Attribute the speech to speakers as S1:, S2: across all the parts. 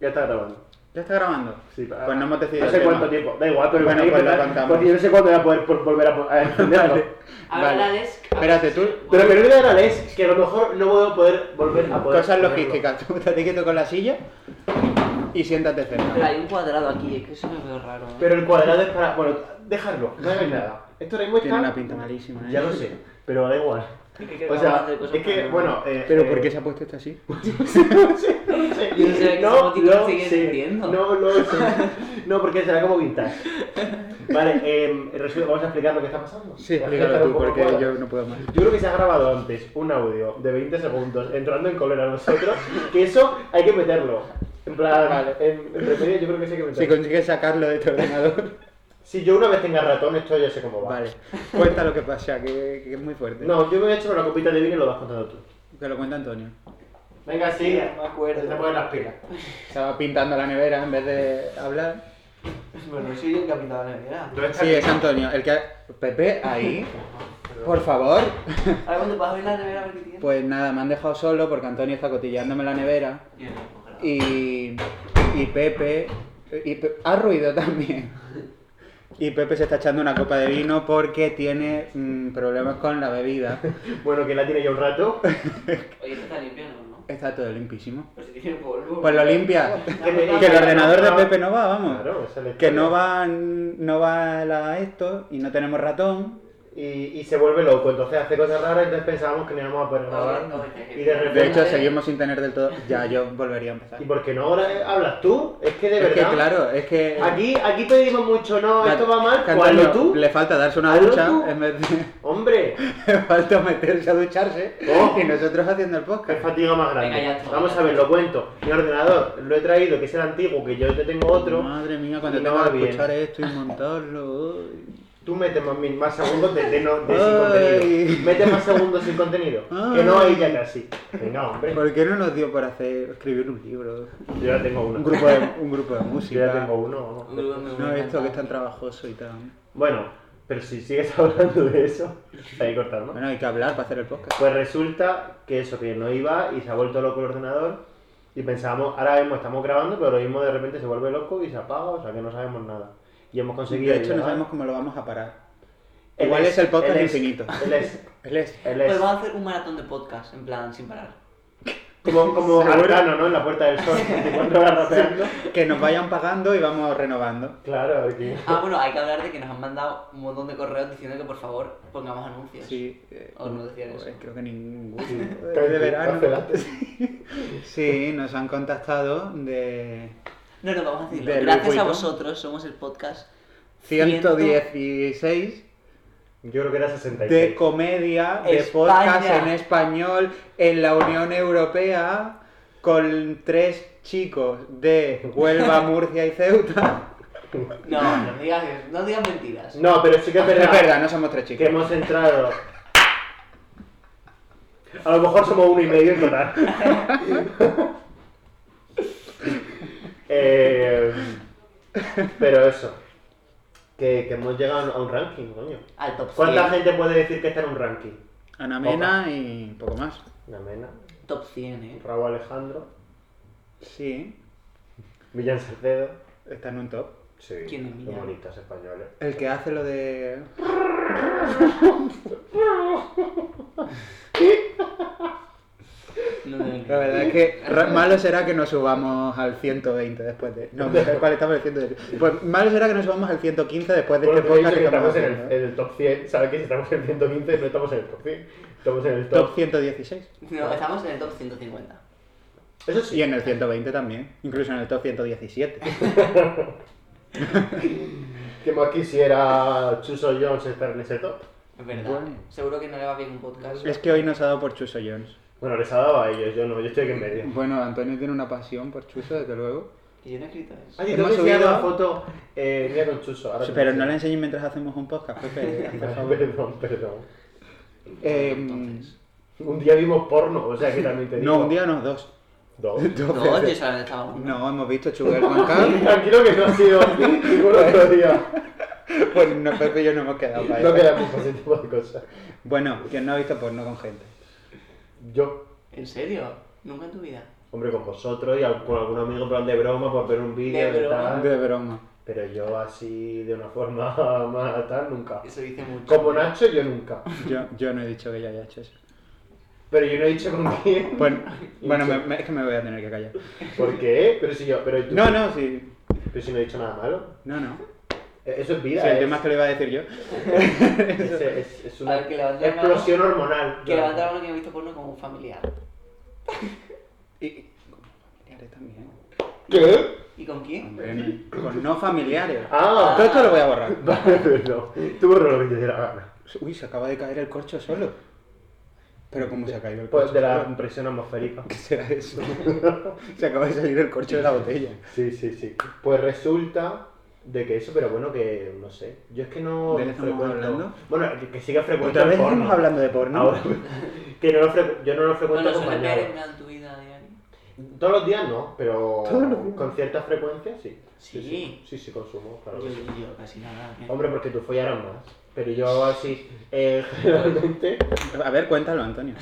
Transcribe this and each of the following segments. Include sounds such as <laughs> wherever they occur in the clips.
S1: Ya está grabando.
S2: ¿Ya está grabando?
S1: Sí, pa-
S2: Pues no hemos decidido
S1: No sé
S2: el tema.
S1: cuánto tiempo. Da igual, pero
S2: Bueno,
S1: hay que
S2: pues lo
S1: empezar,
S2: contamos.
S1: porque yo no sé cuándo voy a poder por- volver a, po- a encenderlo.
S3: Ahora
S2: Vale.
S3: la desk.
S2: Espérate, tú-
S1: Pero que no le dan es que a lo mejor no voy a poder volver a poder.
S2: Cosas
S1: ponerlo.
S2: logísticas. <laughs> Tú te quieto con la silla y siéntate
S3: Pero
S2: cerca.
S3: hay un cuadrado aquí, es que eso me veo raro. ¿eh?
S1: Pero el cuadrado es para. Bueno, dejarlo, no hagáis nada. Esto ahora mismo
S2: Tiene
S1: está-
S2: una pinta malísima. ¿eh?
S1: Ya lo sé, pero da igual.
S3: Es que creo
S1: O
S3: que
S1: sea,
S3: hablando de cosas
S1: es que,
S3: para-
S1: bueno. eh,
S2: Pero
S1: eh,
S2: ¿por qué se ha puesto esto así?
S1: Pues, no sé, <laughs> no sé.
S3: Yo no sé, que ese motivo
S1: lo
S3: sigue
S1: sé.
S3: existiendo.
S1: No, no sé. No, porque será como vintage. Vale, eh, resulta, vamos a explicar lo que está pasando.
S2: Sí,
S1: Vamos a
S2: explícalo
S1: explicar un
S2: tú
S1: poco
S2: porque
S1: cuál.
S2: yo no puedo más.
S1: Yo creo que se ha grabado antes un audio de 20 segundos entrando en color a nosotros, <laughs> que eso hay que meterlo. En plan,
S2: Vale.
S1: en, entre medio yo creo que sí hay que
S2: Si
S1: meterlo.
S2: consigues sacarlo de
S1: <laughs>
S2: tu ordenador.
S1: Si yo una vez tenga ratón, esto ya sé cómo va.
S2: Vale. Cuenta lo que pasa, que, que es muy fuerte.
S1: No, yo me voy a echar una copita de vino y lo vas contando tú.
S2: Que lo cuenta Antonio.
S1: Venga,
S3: sí, me acuerdo.
S1: Se te ponen las pilas.
S2: Estaba pintando la nevera en vez de hablar. eh.
S3: Bueno, soy yo el que ha pintado la nevera.
S2: <laughs> Sí, es Antonio. El que ha- Pepe, ahí. Por favor.
S3: Ahora cuando vas a ver la nevera, a ver qué tiene.
S2: Pues nada, me han dejado solo porque Antonio está cotillándome la nevera.
S3: Yo no puedo grabar.
S2: Y, y Pepe. Y Pe- ha ruido también. Y Pepe se está echando una copa de vino porque tiene mm, problemas con la bebida.
S1: <laughs> Bueno, que la tiene ya un
S2: <laughs>
S1: rato.
S3: Oye, esto está limpio, ¿no? ¿no?
S2: Está todo limpísimo.
S3: Pero si tiene polvo.
S2: Pues lo limpia.
S1: Que-
S2: Que el ordenador de Pepe no va, vamos.
S1: Claro, esa es la
S2: Que
S1: historia.
S2: no van, no va la esto y no tenemos ratón.
S1: Y, y se vuelve loco, entonces hace cosas raras, entonces pensábamos que no íbamos a poder grabar. Y de ¿eh? repente.
S2: De hecho, seguimos sin tener del todo. Ya, yo volvería a empezar.
S1: ¿Y por qué no ahora eh, hablas tú? Es que de
S2: Es
S1: verdad.
S2: que claro, es que.
S1: Aquí, aquí pedimos mucho, no, esto va mal,
S2: Que
S1: pues
S2: Antonio
S1: hazlo tú.
S2: Le falta darse una
S1: Hazlo
S2: ducha
S1: tú.
S2: en vez de. <laughs>
S1: Hombre,
S2: le falta meterse a ducharse
S1: Oh.
S2: y nosotros haciendo el
S1: qué
S2: podcast.
S1: fatiga más grande.
S3: Venga, ya está.
S1: Vamos a ver, lo cuento. Mi ordenador lo he traído, que es el antiguo, que yo te tengo otro.
S2: Madre mía, cuando
S1: y no
S2: tengo
S1: va
S2: que
S1: bien.
S2: escuchar eh. esto y montarlo. uy.
S1: Tú metes más, mil- más segundos de, de no- de sin
S2: Ay.
S1: contenido. Mete más segundos sin contenido.
S2: Ay.
S1: Que no hay ya casi. Venga, hombre.
S2: ¿Por qué no nos dio por hacer escribir un libro?
S1: <laughs> Yo ya tengo uno.
S2: Un grupo de, un grupo de
S1: Yo ya
S2: música.
S1: tengo uno, vamos.
S2: No esto que es tan trabajoso y tan.
S1: Bueno, pero si sigues <laughs> hablando de eso, hay que cortar, ¿no?
S2: Bueno, hay que hablar para hacer el podcast.
S1: Pues resulta que eso, que no iba y se ha vuelto loco el ordenador. Y pensábamos, ahora mismo estamos grabando, pero lo mismo de repente se vuelve loco y se apaga, o sea que no sabemos nada. Y hemos conseguido.
S2: De hecho, no
S1: llegar-
S2: sabemos cómo lo vamos a parar.
S1: Él
S2: Igual es el podcast
S1: él
S2: infinito.
S1: Él es,
S2: Él es.
S1: él
S3: Pues
S1: es.
S3: vamos a hacer un maratón de podcast, en plan, sin parar.
S1: Como, como
S2: ¿Seguro?
S1: Arcano, ¿no? En la puerta del sol, 24 horas rapeando.
S2: <laughs> Que nos vayan pagando y vamos renovando.
S1: Claro, aquí.
S3: Ah, bueno, hay que hablar de que nos han mandado un montón de correos diciendo que por favor pongamos anuncios.
S2: Sí. eh,
S3: O no decían
S2: pues
S3: eso.
S2: creo que ninguno.
S1: Sí.
S2: Es de verano.
S1: Cancelaste.
S2: <laughs> Sí, nos han contactado de
S3: No, no, vamos a decirlo.
S2: Del
S3: Gracias a
S2: circuito.
S3: vosotros somos el podcast
S2: 116
S1: Yo creo que era 66.
S2: de comedia, de
S3: España.
S2: podcast en español en la Unión Europea con tres chicos de
S1: <laughs>
S2: Huelva, Murcia y Ceuta.
S3: No, no digas, no digas mentiras.
S1: No, pero sí que es verdad.
S2: Es verdad, no somos tres
S1: que
S2: chicos.
S1: hemos entrado. A lo mejor somos uno y medio en total. <laughs> Eh, pero eso. Que, que hemos llegado a un ranking, coño.
S3: Al top 100.
S1: ¿Cuánta gente puede decir que está en un ranking?
S2: Ana Mena y poco más.
S1: La Mena,
S3: Top 100, eh.
S1: Raúl Alejandro,
S2: Sí,
S1: Millán Salcedo.
S2: está en un top.
S1: Sí,
S3: ¿Quién es Millán?
S1: Humoristas españoles.
S2: El que hace lo de.
S3: No, no,
S2: La
S3: no.
S2: verdad es que ra- malo será que no subamos al 120 después de. No, ¿cuál estamos en el 120? Pues malo será que no subamos al 115 después de
S1: Bueno,
S2: este
S1: te he dicho
S2: podcast
S1: que
S2: que estamos
S1: estamos en el,
S2: haciendo.
S1: en el top 100. ¿Sabes que si estamos en el 115 no estamos en el top 100? Estamos en el top.
S2: Top 116.
S3: No, estamos en el top 150.
S1: Eso sí.
S2: Y en el 120 también. Incluso en el top 117. <laughs>
S1: ¿Qué más quisiera Chuso Jones estar en ese top?
S3: Es verdad.
S2: Bueno.
S3: Seguro que no le va bien un podcast.
S2: es que hoy nos ha dado por Chuso Jones.
S1: Bueno, les ha dado a ellos, yo no, yo estoy aquí en medio.
S2: Bueno, Antonio tiene una pasión por Chuso, desde luego.
S3: Que yo no he escrito eso.
S1: Ah, sí, tengo
S2: Hemos
S1: que enseñar
S2: subido-
S1: la foto eh, mía con Chuso. Ahora
S2: Sí,
S1: te
S2: Pero
S1: lo
S2: no la
S1: enseño.
S2: enseñes mientras hacemos un podcast, <laughs> Pepe, por favor.
S1: Perdón, perdón.
S2: Eh,
S3: Entonces.
S1: Un día vimos porno, o sea que también te digo.
S2: <laughs> no, un día no, dos.
S1: Dos.
S2: <laughs> Dos
S3: No, yo
S2: veces.
S3: solamente estaba uno.
S2: No, hemos visto Sugarman <laughs> Cup.
S1: Tranquilo que no ha sido ningún otro día.
S2: Pues no, Pepe y yo no hemos quedado para
S1: No
S2: eso.
S1: quedamos con ese tipo de cosas.
S2: Bueno, quien no ha visto porno con gente.
S1: Yo,
S3: ¿En serio? Nunca en tu vida.
S1: hombre, con vosotros y al- con algún amigo en plan de broma, por ver un vídeo
S3: De
S1: y
S3: broma.
S1: tal.
S2: De broma.
S1: Pero yo así, de una forma <laughs> más tal, nunca.
S3: Eso dice mucho.
S1: Como Nacho, yo nunca.
S2: Yo, yo no he dicho que yo haya hecho eso.
S1: Pero yo no he dicho con quién.
S2: Bueno, <laughs> bueno me- me- es que me voy a tener que callar.
S1: ¿Por qué? Pero si yo, pero tú-
S2: No, no, sí.
S1: Pero si no he dicho nada malo.
S2: No, no.
S1: E- Eso es
S2: Sí,
S1: vida.
S2: el
S1: es-
S2: tema es que lo iba a decir yo.
S1: <laughs> es, es- es una
S3: Al que levante la mano.
S1: explosión hormonal.
S3: Que levanta la mano que ha visto porno como un familiar.
S2: Y- Y, con familiares también.
S1: ¿Qué?
S3: ¿Y con quién?
S2: Hombre, Em, Con no familiares.
S1: Ah,
S2: Todo esto lo voy a borrar.
S1: <laughs> vale, pero no. Tú borra lo que te diera gana.
S2: Uy, se acaba de caer el corcho solo. Pero ¿cómo se ha caído el corcho?
S1: Pues de la
S2: solo? <laughs>
S1: presión atmosférica.
S2: ¿Qué será eso? <laughs> se acaba de salir el corcho de la botella.
S1: Sí, sí, sí. Pues resulta de que eso, pero bueno, que no sé. Yo es que no
S2: ¿De qué estamos hablando?
S1: Bueno, que, que siga frecuente
S2: Otra vez
S1: el porno.
S2: estamos hablando de porno.
S1: Ahora, <laughs> que no lo frecu- yo no lo frecuento
S3: Bueno, suele caer en
S1: acompañado.
S3: plan tu vida diaria.
S1: Todos los días no, pero
S2: Todos los días.
S1: con cierta frecuencia sí.
S3: Sí.
S1: Sí, sí, sí, consumo, claro.
S3: Yo,
S1: que sí.
S3: yo, yo, casi nada. ¿eh?
S1: Hombre, porque tú follaras más. Pero yo así, eh, <laughs> generalmente...
S2: A ver, cuéntalo, Antonio.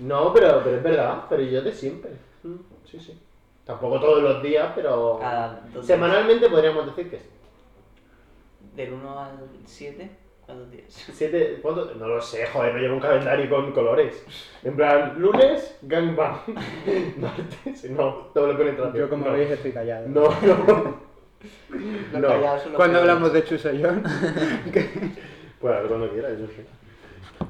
S1: No, pero, pero es verdad, pero yo de siempre. Mm, Sí, sí. Tampoco todos los días, pero...
S3: Cada dos
S1: Semanalmente podríamos decir que sí.
S3: Del 1 al 7, ¿cuántos días?
S1: Siete, ¿cuánto? No lo sé, joder, no llevo un calendario con colores. En plan, lunes, gangbang. <laughs> Martes, no, doble penetración.
S2: Yo, como
S1: no.
S2: veis, estoy callado.
S1: No, no. <laughs> <laughs>
S3: Los
S1: No.
S3: callados son los
S2: Cuando
S3: peores.
S2: hablamos de <laughs> Chusellón,
S1: Pues a ver cuando quieras, yo sí.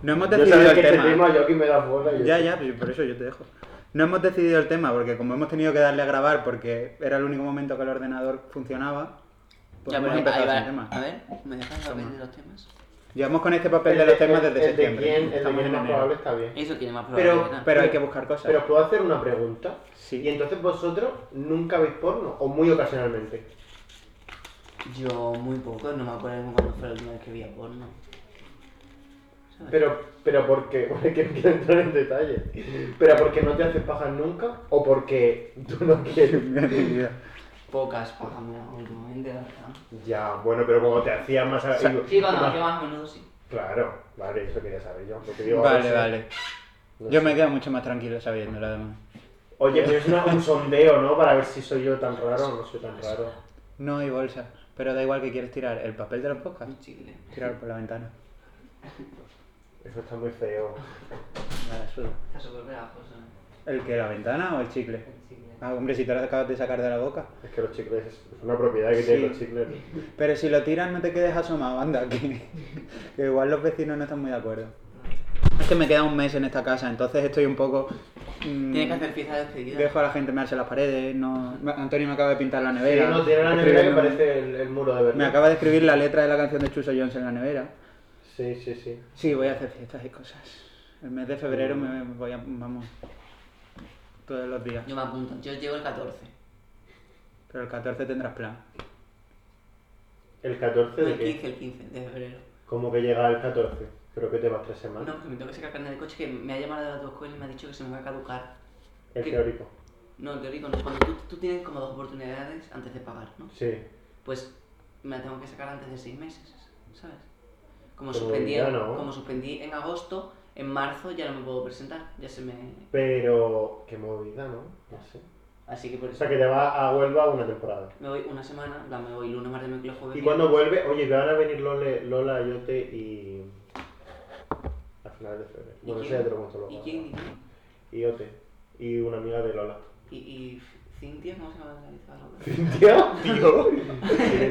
S2: no hemos
S1: Yo
S2: decidido
S1: sabía
S2: el
S1: que este
S2: tema.
S1: tema yo aquí me da bola. yo
S2: Ya,
S1: sí.
S2: ya, pues por eso yo te dejo. No hemos decidido el tema, porque como hemos tenido que darle a grabar porque era el único momento que el ordenador funcionaba, pues
S3: Ya,
S2: hemos
S3: pero
S2: empezado
S3: ahí va.
S2: sin tema.
S3: A ver, ¿me dejas hablar de los temas?
S2: Llevamos con este papel de
S1: El de-
S2: los temas
S1: el-
S2: desde
S1: el de
S2: septiembre.
S1: quién- el de
S2: Estamos
S1: quién es
S2: en
S1: más
S2: enero.
S1: probable está bien.
S3: Eso tiene más
S1: Pero-
S3: probabilidad.
S2: Pero hay que buscar cosas. <laughs>
S1: Pero puedo hacer una pregunta.
S2: Sí.
S1: Y entonces vosotros nunca veis porno, o muy ocasionalmente.
S3: Yo muy poco, no me acuerdo cuándo fue la última vez que vi a porno. ¿Sabes?
S1: Pero, pero <laughs> porque, es que no quiero entrar en detalle. Pero porque no te haces pajas nunca, o porque tú no quieres.
S2: <laughs>
S3: Pocas pagamos últimamente, la verdad.
S1: Ya, bueno, pero como te hacías más. a- y-
S3: Sí, cuando
S1: más-
S3: hacía más a menudo sí.
S1: Claro, vale, eso quería saber yo. porque digo, no
S2: vale,
S1: sé,
S2: vale.
S1: no
S2: Yo
S1: sé.
S2: me quedo mucho más tranquilo sabiéndolo, además.
S1: Oye, pero es
S2: <laughs>
S1: una- un sondeo, ¿no? Para ver si soy yo tan raro o no soy tan raro.
S2: No hay bolsa, pero da igual que quieres tirar el papel de los podcasts.
S3: Un chicle.
S2: Tirar por la ventana.
S1: Eso está muy feo.
S2: Vale, suda.
S3: Está súper pegajoso. ¿eh?
S2: ¿El que la ventana o el chicle?
S3: El chicle.
S2: Ah, hombre, si te lo acabas de sacar de la boca.
S1: Es que los chicles es una propiedad que
S2: Sí.
S1: tienen los chicles.
S2: Pero si lo tiras no te quedes asomado, anda, que, <laughs> que igual los vecinos no están muy de acuerdo. Es que me queda un mes en esta casa, entonces estoy un poco... mm,
S3: Tienes que hacer fiesta de despedida.
S2: Dejo a la gente mearse las paredes, no... Antonio me acaba de pintar la
S1: Sí,
S2: nevera.
S1: no, tiene una nevera que
S2: escribiendo-
S1: parece el, el muro de verdad.
S2: Me acaba de escribir la letra de la canción de Chuso Jones en la nevera.
S1: Sí, sí, sí.
S2: Sí, voy a hacer fiestas y cosas. El mes de febrero me voy a... vamos... Todos los días.
S3: Yo me apunto, yo llego el 14.
S2: Pero el 14 tendrás plan.
S1: ¿El 14
S3: No,
S1: de
S3: el
S1: qué?
S3: 15, el 15 de febrero.
S1: ¿Cómo que llega el 14? Creo que te vas tres
S3: No,
S1: semanas.
S3: porque me tengo que sacar carnet de coche que me ha llamado de la autoescuela y me ha dicho que se me va a caducar.
S1: El
S3: ¿Qué?
S1: teórico.
S3: No, el teórico no. Cuando tú, tú tienes como dos oportunidades antes de pagar, ¿no?
S1: Sí.
S3: Pues me la tengo que sacar antes de seis meses, ¿sabes? Como
S1: Pero
S3: suspendí,
S1: ya no.
S3: como suspendí en agosto, en marzo ya no me puedo presentar, ya se me...
S1: Pero. Qué movida, ¿no? No sé.
S3: Así que por
S1: O
S3: eso
S1: sea, que te va a Huelva una temporada.
S3: me voy una semana, en plan, me voy lunes, martes, miércoles, jueves...
S1: Y
S3: viernes.
S1: cuando vuelve, oye, que van a venir Lole- Lola, Yote y. A finales de febrero.
S3: ¿Y
S1: Bueno, eso
S3: quién?
S1: ya te lo cuento luego.
S3: ¿Y quién? ¿Y quién?
S1: Y Yote. Y una amiga de Lola.
S3: ¿Y, y Cintia? ¿Cómo se llama la lista?
S1: ¿Cintia? <laughs>
S2: ¿Tío?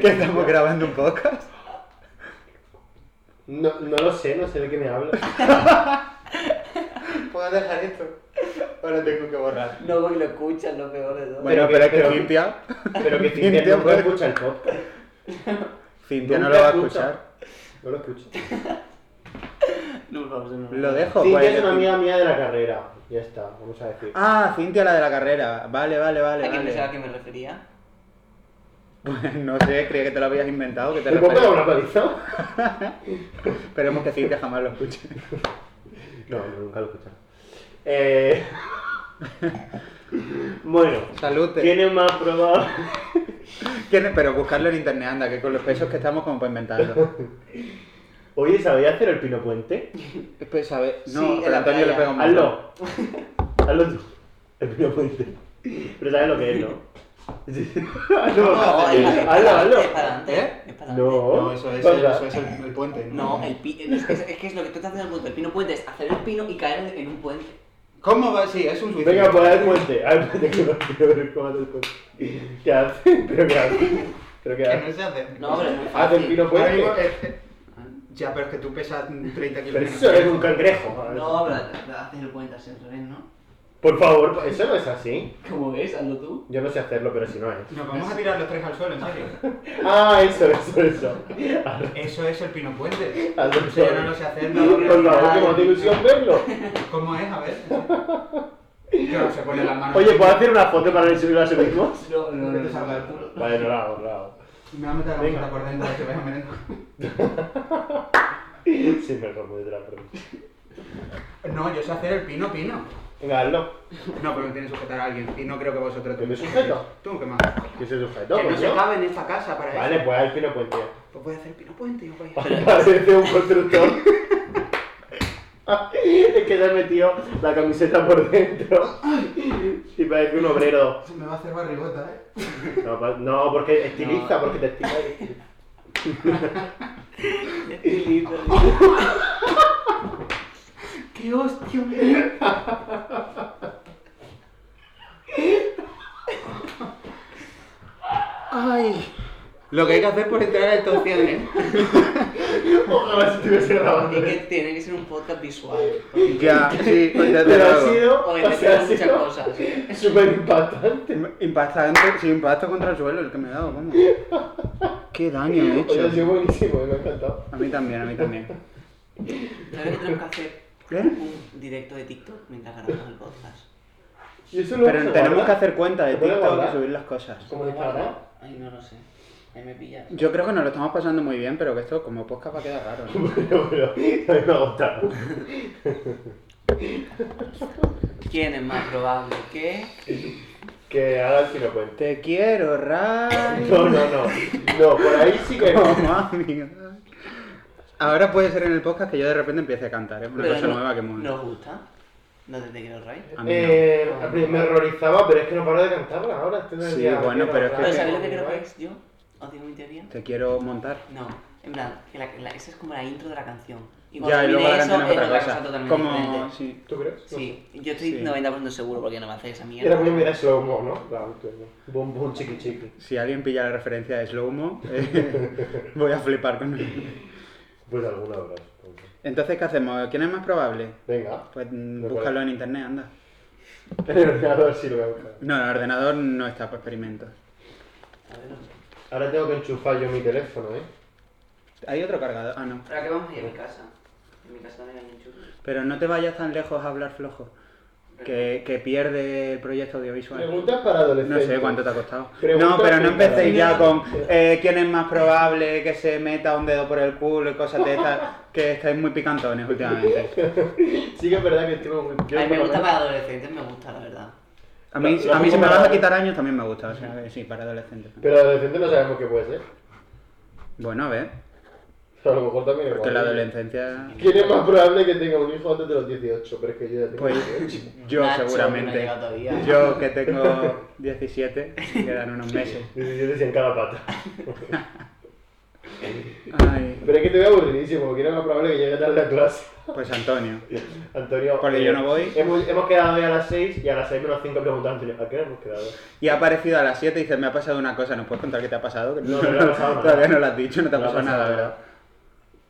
S2: <laughs> ¿Que estamos grabando un podcast?
S1: No, no lo sé, no sé de qué me hablas.
S2: ¿Puedo dejar esto? Ahora tengo que borrar.
S3: No, porque lo escuchas, lo peor de todo.
S2: Bueno, pero,
S1: Pero
S2: es
S1: que-
S2: que
S1: pero-
S2: Cintia...
S1: Pero <laughs> que Cintia
S2: Cintia,
S1: nunca
S2: pues.
S1: escucha el podcast.
S2: Cintia no lo
S1: Nunca
S2: va a
S1: escucha.
S2: escuchar.
S1: No lo escucha.
S3: No, por favor, no.
S2: Lo dejo. pues,
S1: Cintia es
S2: yo-
S1: una amiga mía de la carrera. Ya está, vamos a decir.
S2: Ah, Cintia la de la carrera. Vale, vale, vale.
S3: ¿A quién
S2: vale.
S3: pensaba que me refería?
S2: Pues no sé, creía que te lo habías inventado, que te
S1: ¿Le puedo
S2: referías.
S1: pegar una paliza?
S2: Esperemos que Cintia jamás lo escuche.
S1: <laughs> No, no, nunca lo escuchaba. Eh... <laughs> bueno,
S2: Salud.
S1: ¿quién es más probable?
S2: ¿Quién es? Pero buscarlo en internet, anda, que con los pesos que estamos como para inventarlo.
S1: Oye, ¿sabéis hacer el pino puente?
S2: <laughs> Pues, ¿sabes? No,
S3: Sí, en
S2: pero
S3: la
S2: Antonio le
S3: playa.
S2: pega un montón.
S1: Hazlo. Hazlo tú. El pino puente. Pero sabes lo que es, ¿no?
S3: <laughs> No,
S1: <laughs> hazlo,
S3: es para
S1: hazlo, hazlo.
S3: adelante, es para adelante, es para
S1: ¿Eh?
S3: adelante.
S1: No.
S2: No, eso es,
S1: O sea-
S2: eso es el, el puente.
S3: No, el pi- es, es- es que es lo que tú estás haciendo el puente. El pino puente es hacer el pino y caer en un puente.
S2: ¿Cómo va? Sí, es un suicidio.
S1: Venga, pues al puente. Al puente que no quiero ver cómo hace el puente. ¿Qué hace? ¿Pero qué hace? ¿Pero qué
S2: Que no
S1: hace?
S2: se hace.
S3: No, pero es muy
S1: Haz el
S3: fácil.
S1: pino
S2: Ahora mismo,
S1: puente.
S2: eh, ya, pero es que tú pesas 30 kilos.
S1: Pero
S2: menos.
S1: eso es un cangrejo. a ver.
S3: No, pero haces el puente así al revés, ¿no?
S1: Por favor, eso no es así.
S3: ¿Cómo ves? Hazlo tú.
S1: Yo no sé hacerlo, pero si no es.
S2: Nos vamos a tirar los tres al suelo, en serio.
S1: Ah, eso, eso, eso. Hazlo,
S2: Eso es el pino puente.
S1: hazlo.
S2: O sea, yo no lo sé hacer. No,
S1: Por favor, que me hace ilusión verlo.
S2: ¿Cómo es? A ver. Claro, se pone las manos.
S1: Oye, pues, ¿puedo hacer una foto para subirla a sí mismo?
S3: No, no,
S2: Que te salga el
S3: <laughs>
S2: culo.
S1: Vale, no la hago, no la hago.
S2: Me va a meter la
S1: Venga.
S2: camiseta por dentro, que ves a menudo.
S1: Sí, mejor muy de la broma.
S2: <laughs> No, yo sé hacer el pino pino.
S1: Venga, hazlo.
S2: No, pero me tiene que sujetar a alguien. Y no creo que vosotros
S1: ¿Que me
S2: tengáis.
S1: sujeto?
S2: Tú, que más.
S1: Que se sujetó,
S2: Que no pues se ¿eh?
S1: coño.
S2: cabe en esta casa para
S1: Vale,
S2: eso.
S1: pues al pino puente.
S2: Pues voy a hacer el pino puente, yo voy a
S1: Parece un constructor. <laughs> es que se ha metido la camiseta por dentro. Y parece un obrero.
S2: Se me va a hacer barrigota, eh.
S1: No, pa- no, porque estiliza, porque te estiliza.
S2: <laughs>
S3: ¡Qué hostia!
S2: <laughs> Ay. Lo que hay que hacer por entrar a estos 100, ¿eh?
S1: Ojalá se estuviese grabando.
S3: Es que tiene que ser un podcast visual.
S2: Ya, sí,
S1: Pero ha sido,
S3: Porque
S1: o sea,
S3: te
S1: ha
S3: quedan muchas
S1: sido
S3: cosas. ¿eh?
S1: <laughs> súper impactante.
S2: Impactante, sí, impacto contra el suelo el que me he dado, ¿cómo?
S3: <laughs>
S2: Qué daño he
S1: Oye, ha sido
S2: hecho.
S1: buenísimo, me ha encantado.
S2: A mí también, a mí
S3: <laughs>
S2: también.
S3: ¿Sabes qué tenemos que hacer?
S2: ¿Qué?
S3: Un directo de TikTok mientras grabamos el podcast.
S1: Y eso lo
S2: Pero
S1: vamos a
S2: tenemos que
S1: guardar.
S2: hacer cuenta de
S1: ¿Se puede
S2: TikTok
S1: guardar?
S2: y subir las cosas.
S1: ¿Cómo <laughs> disparar?
S3: Ay, no lo sé. Ahí me pillas.
S2: Yo creo que nos lo estamos pasando muy bien, pero que esto como podcast va a quedar raro. ¿no?
S3: <laughs>
S1: Bueno, bueno, a mí me ha gustado.
S3: ¿Quién es más probable que...?
S1: Que haga el pino puente.
S2: Te quiero, Ray.
S1: No, no, no. No, por ahí sí que
S2: <laughs> Oh, mami. Ahora puede ser en el podcast que yo de repente empiece a cantar, es una
S3: Pero
S2: cosa
S3: no-
S2: nueva que hemos...
S3: ¿Nos gusta? ¿No te quiero, Ray?
S2: A mí no.
S1: Eh, al principio me horrorizaba, pero es que no paro de cantarla ahora. Estoy todo el
S2: Sí,
S1: día-
S2: bueno, pero es que-
S3: ¿Pero sabéis Pues, lo que creo que es yo? ¿Os digo mi teoría?
S2: Te quiero montar.
S3: No, en plan, que la, la- esa es como la intro de la canción. Y cuando
S2: Ya, y luego la
S3: termine eso, eh,
S2: canción es otra
S3: otra cosa
S2: cosa.
S3: totalmente
S2: Como...
S3: diferente.
S2: Sí.
S1: ¿Tú crees?
S3: Sí, yo estoy
S2: Sí.
S3: 90% seguro porque no me hace esa
S1: Era
S3: mierda.
S1: muy mira slow mo, ¿no? La auto, ¿no? Bum bum chiqui chiqui.
S2: Si alguien pilla la referencia de Slow Mo, eh, <laughs> voy a flipar con él.
S1: Pues alguna habrá. supongo.
S2: Entonces, ¿qué hacemos? ¿Quién es más probable?
S1: <laughs> Venga.
S2: Pues mm,
S1: ¿De cuál?
S2: búscalo en internet, anda.
S1: En el ordenador sí lo voy a buscar.
S2: No, el ordenador no está para experimentos.
S3: A ver,
S1: Ahora tengo que enchufar yo mi teléfono, ¿eh?
S2: Hay otro cargador. Ah, no.
S3: ¿Para qué vamos a ir a mi casa? En mi casa también hay un chulo.
S2: Pero no te vayas tan lejos a hablar flojo, que, que pierde el proyecto audiovisual.
S1: Preguntas para
S2: No
S1: adolescentes.
S2: sé cuánto te ha costado.
S1: Pregunta
S2: No, pero no
S1: primera.
S2: empecéis ya con eh, quién es más probable que se meta un dedo por el culo y cosas de <laughs> estas, que estáis muy picantones últimamente.
S1: <laughs> Sí que es verdad que tengo muy... yo
S3: a mí me
S1: por lo
S3: gusta
S1: menos-
S3: para adolescentes, me gusta, la verdad.
S2: A mí,
S1: Lo- lo
S2: a mí si me
S1: mismo
S2: vas a
S1: para-
S2: quitar años también me gusta, o sea, que sí, para adolescentes.
S1: Pero adolescente no sabemos qué puede ser.
S2: Bueno, a ver,
S1: A lo mejor también es
S2: porque la
S1: guay.
S2: adolescencia...
S1: ¿Quién es más probable que tenga un hijo antes de los 18? Pero es que yo ya tengo
S2: Pues <laughs>
S1: 18.
S2: yo
S3: Nacho, que no ha
S2: seguramente.
S3: llegado todavía.
S2: Yo que tengo 17, me quedan unos meses.
S1: 17 en cada pata.
S2: Ay,
S1: Pero es que te veo aburridísimo, porque era más probable que llegue tarde a clase. <laughs>
S2: pues Antonio.
S1: Antonio.
S2: Porque yo no voy.
S1: Hemos, hemos quedado hoy a las 6 y a las 6 menos 5 preguntaba a Antonio, ¿a qué hora hemos quedado?
S2: Y ha aparecido a las 7 y dice, me ha pasado una cosa, ¿nos puedes contar qué te ha pasado? Que
S1: No, no me ha pasado nada.
S2: Todavía no lo has dicho, no te ha
S1: No me ha
S2: pasado nada,
S1: pasado
S2: ¿verdad?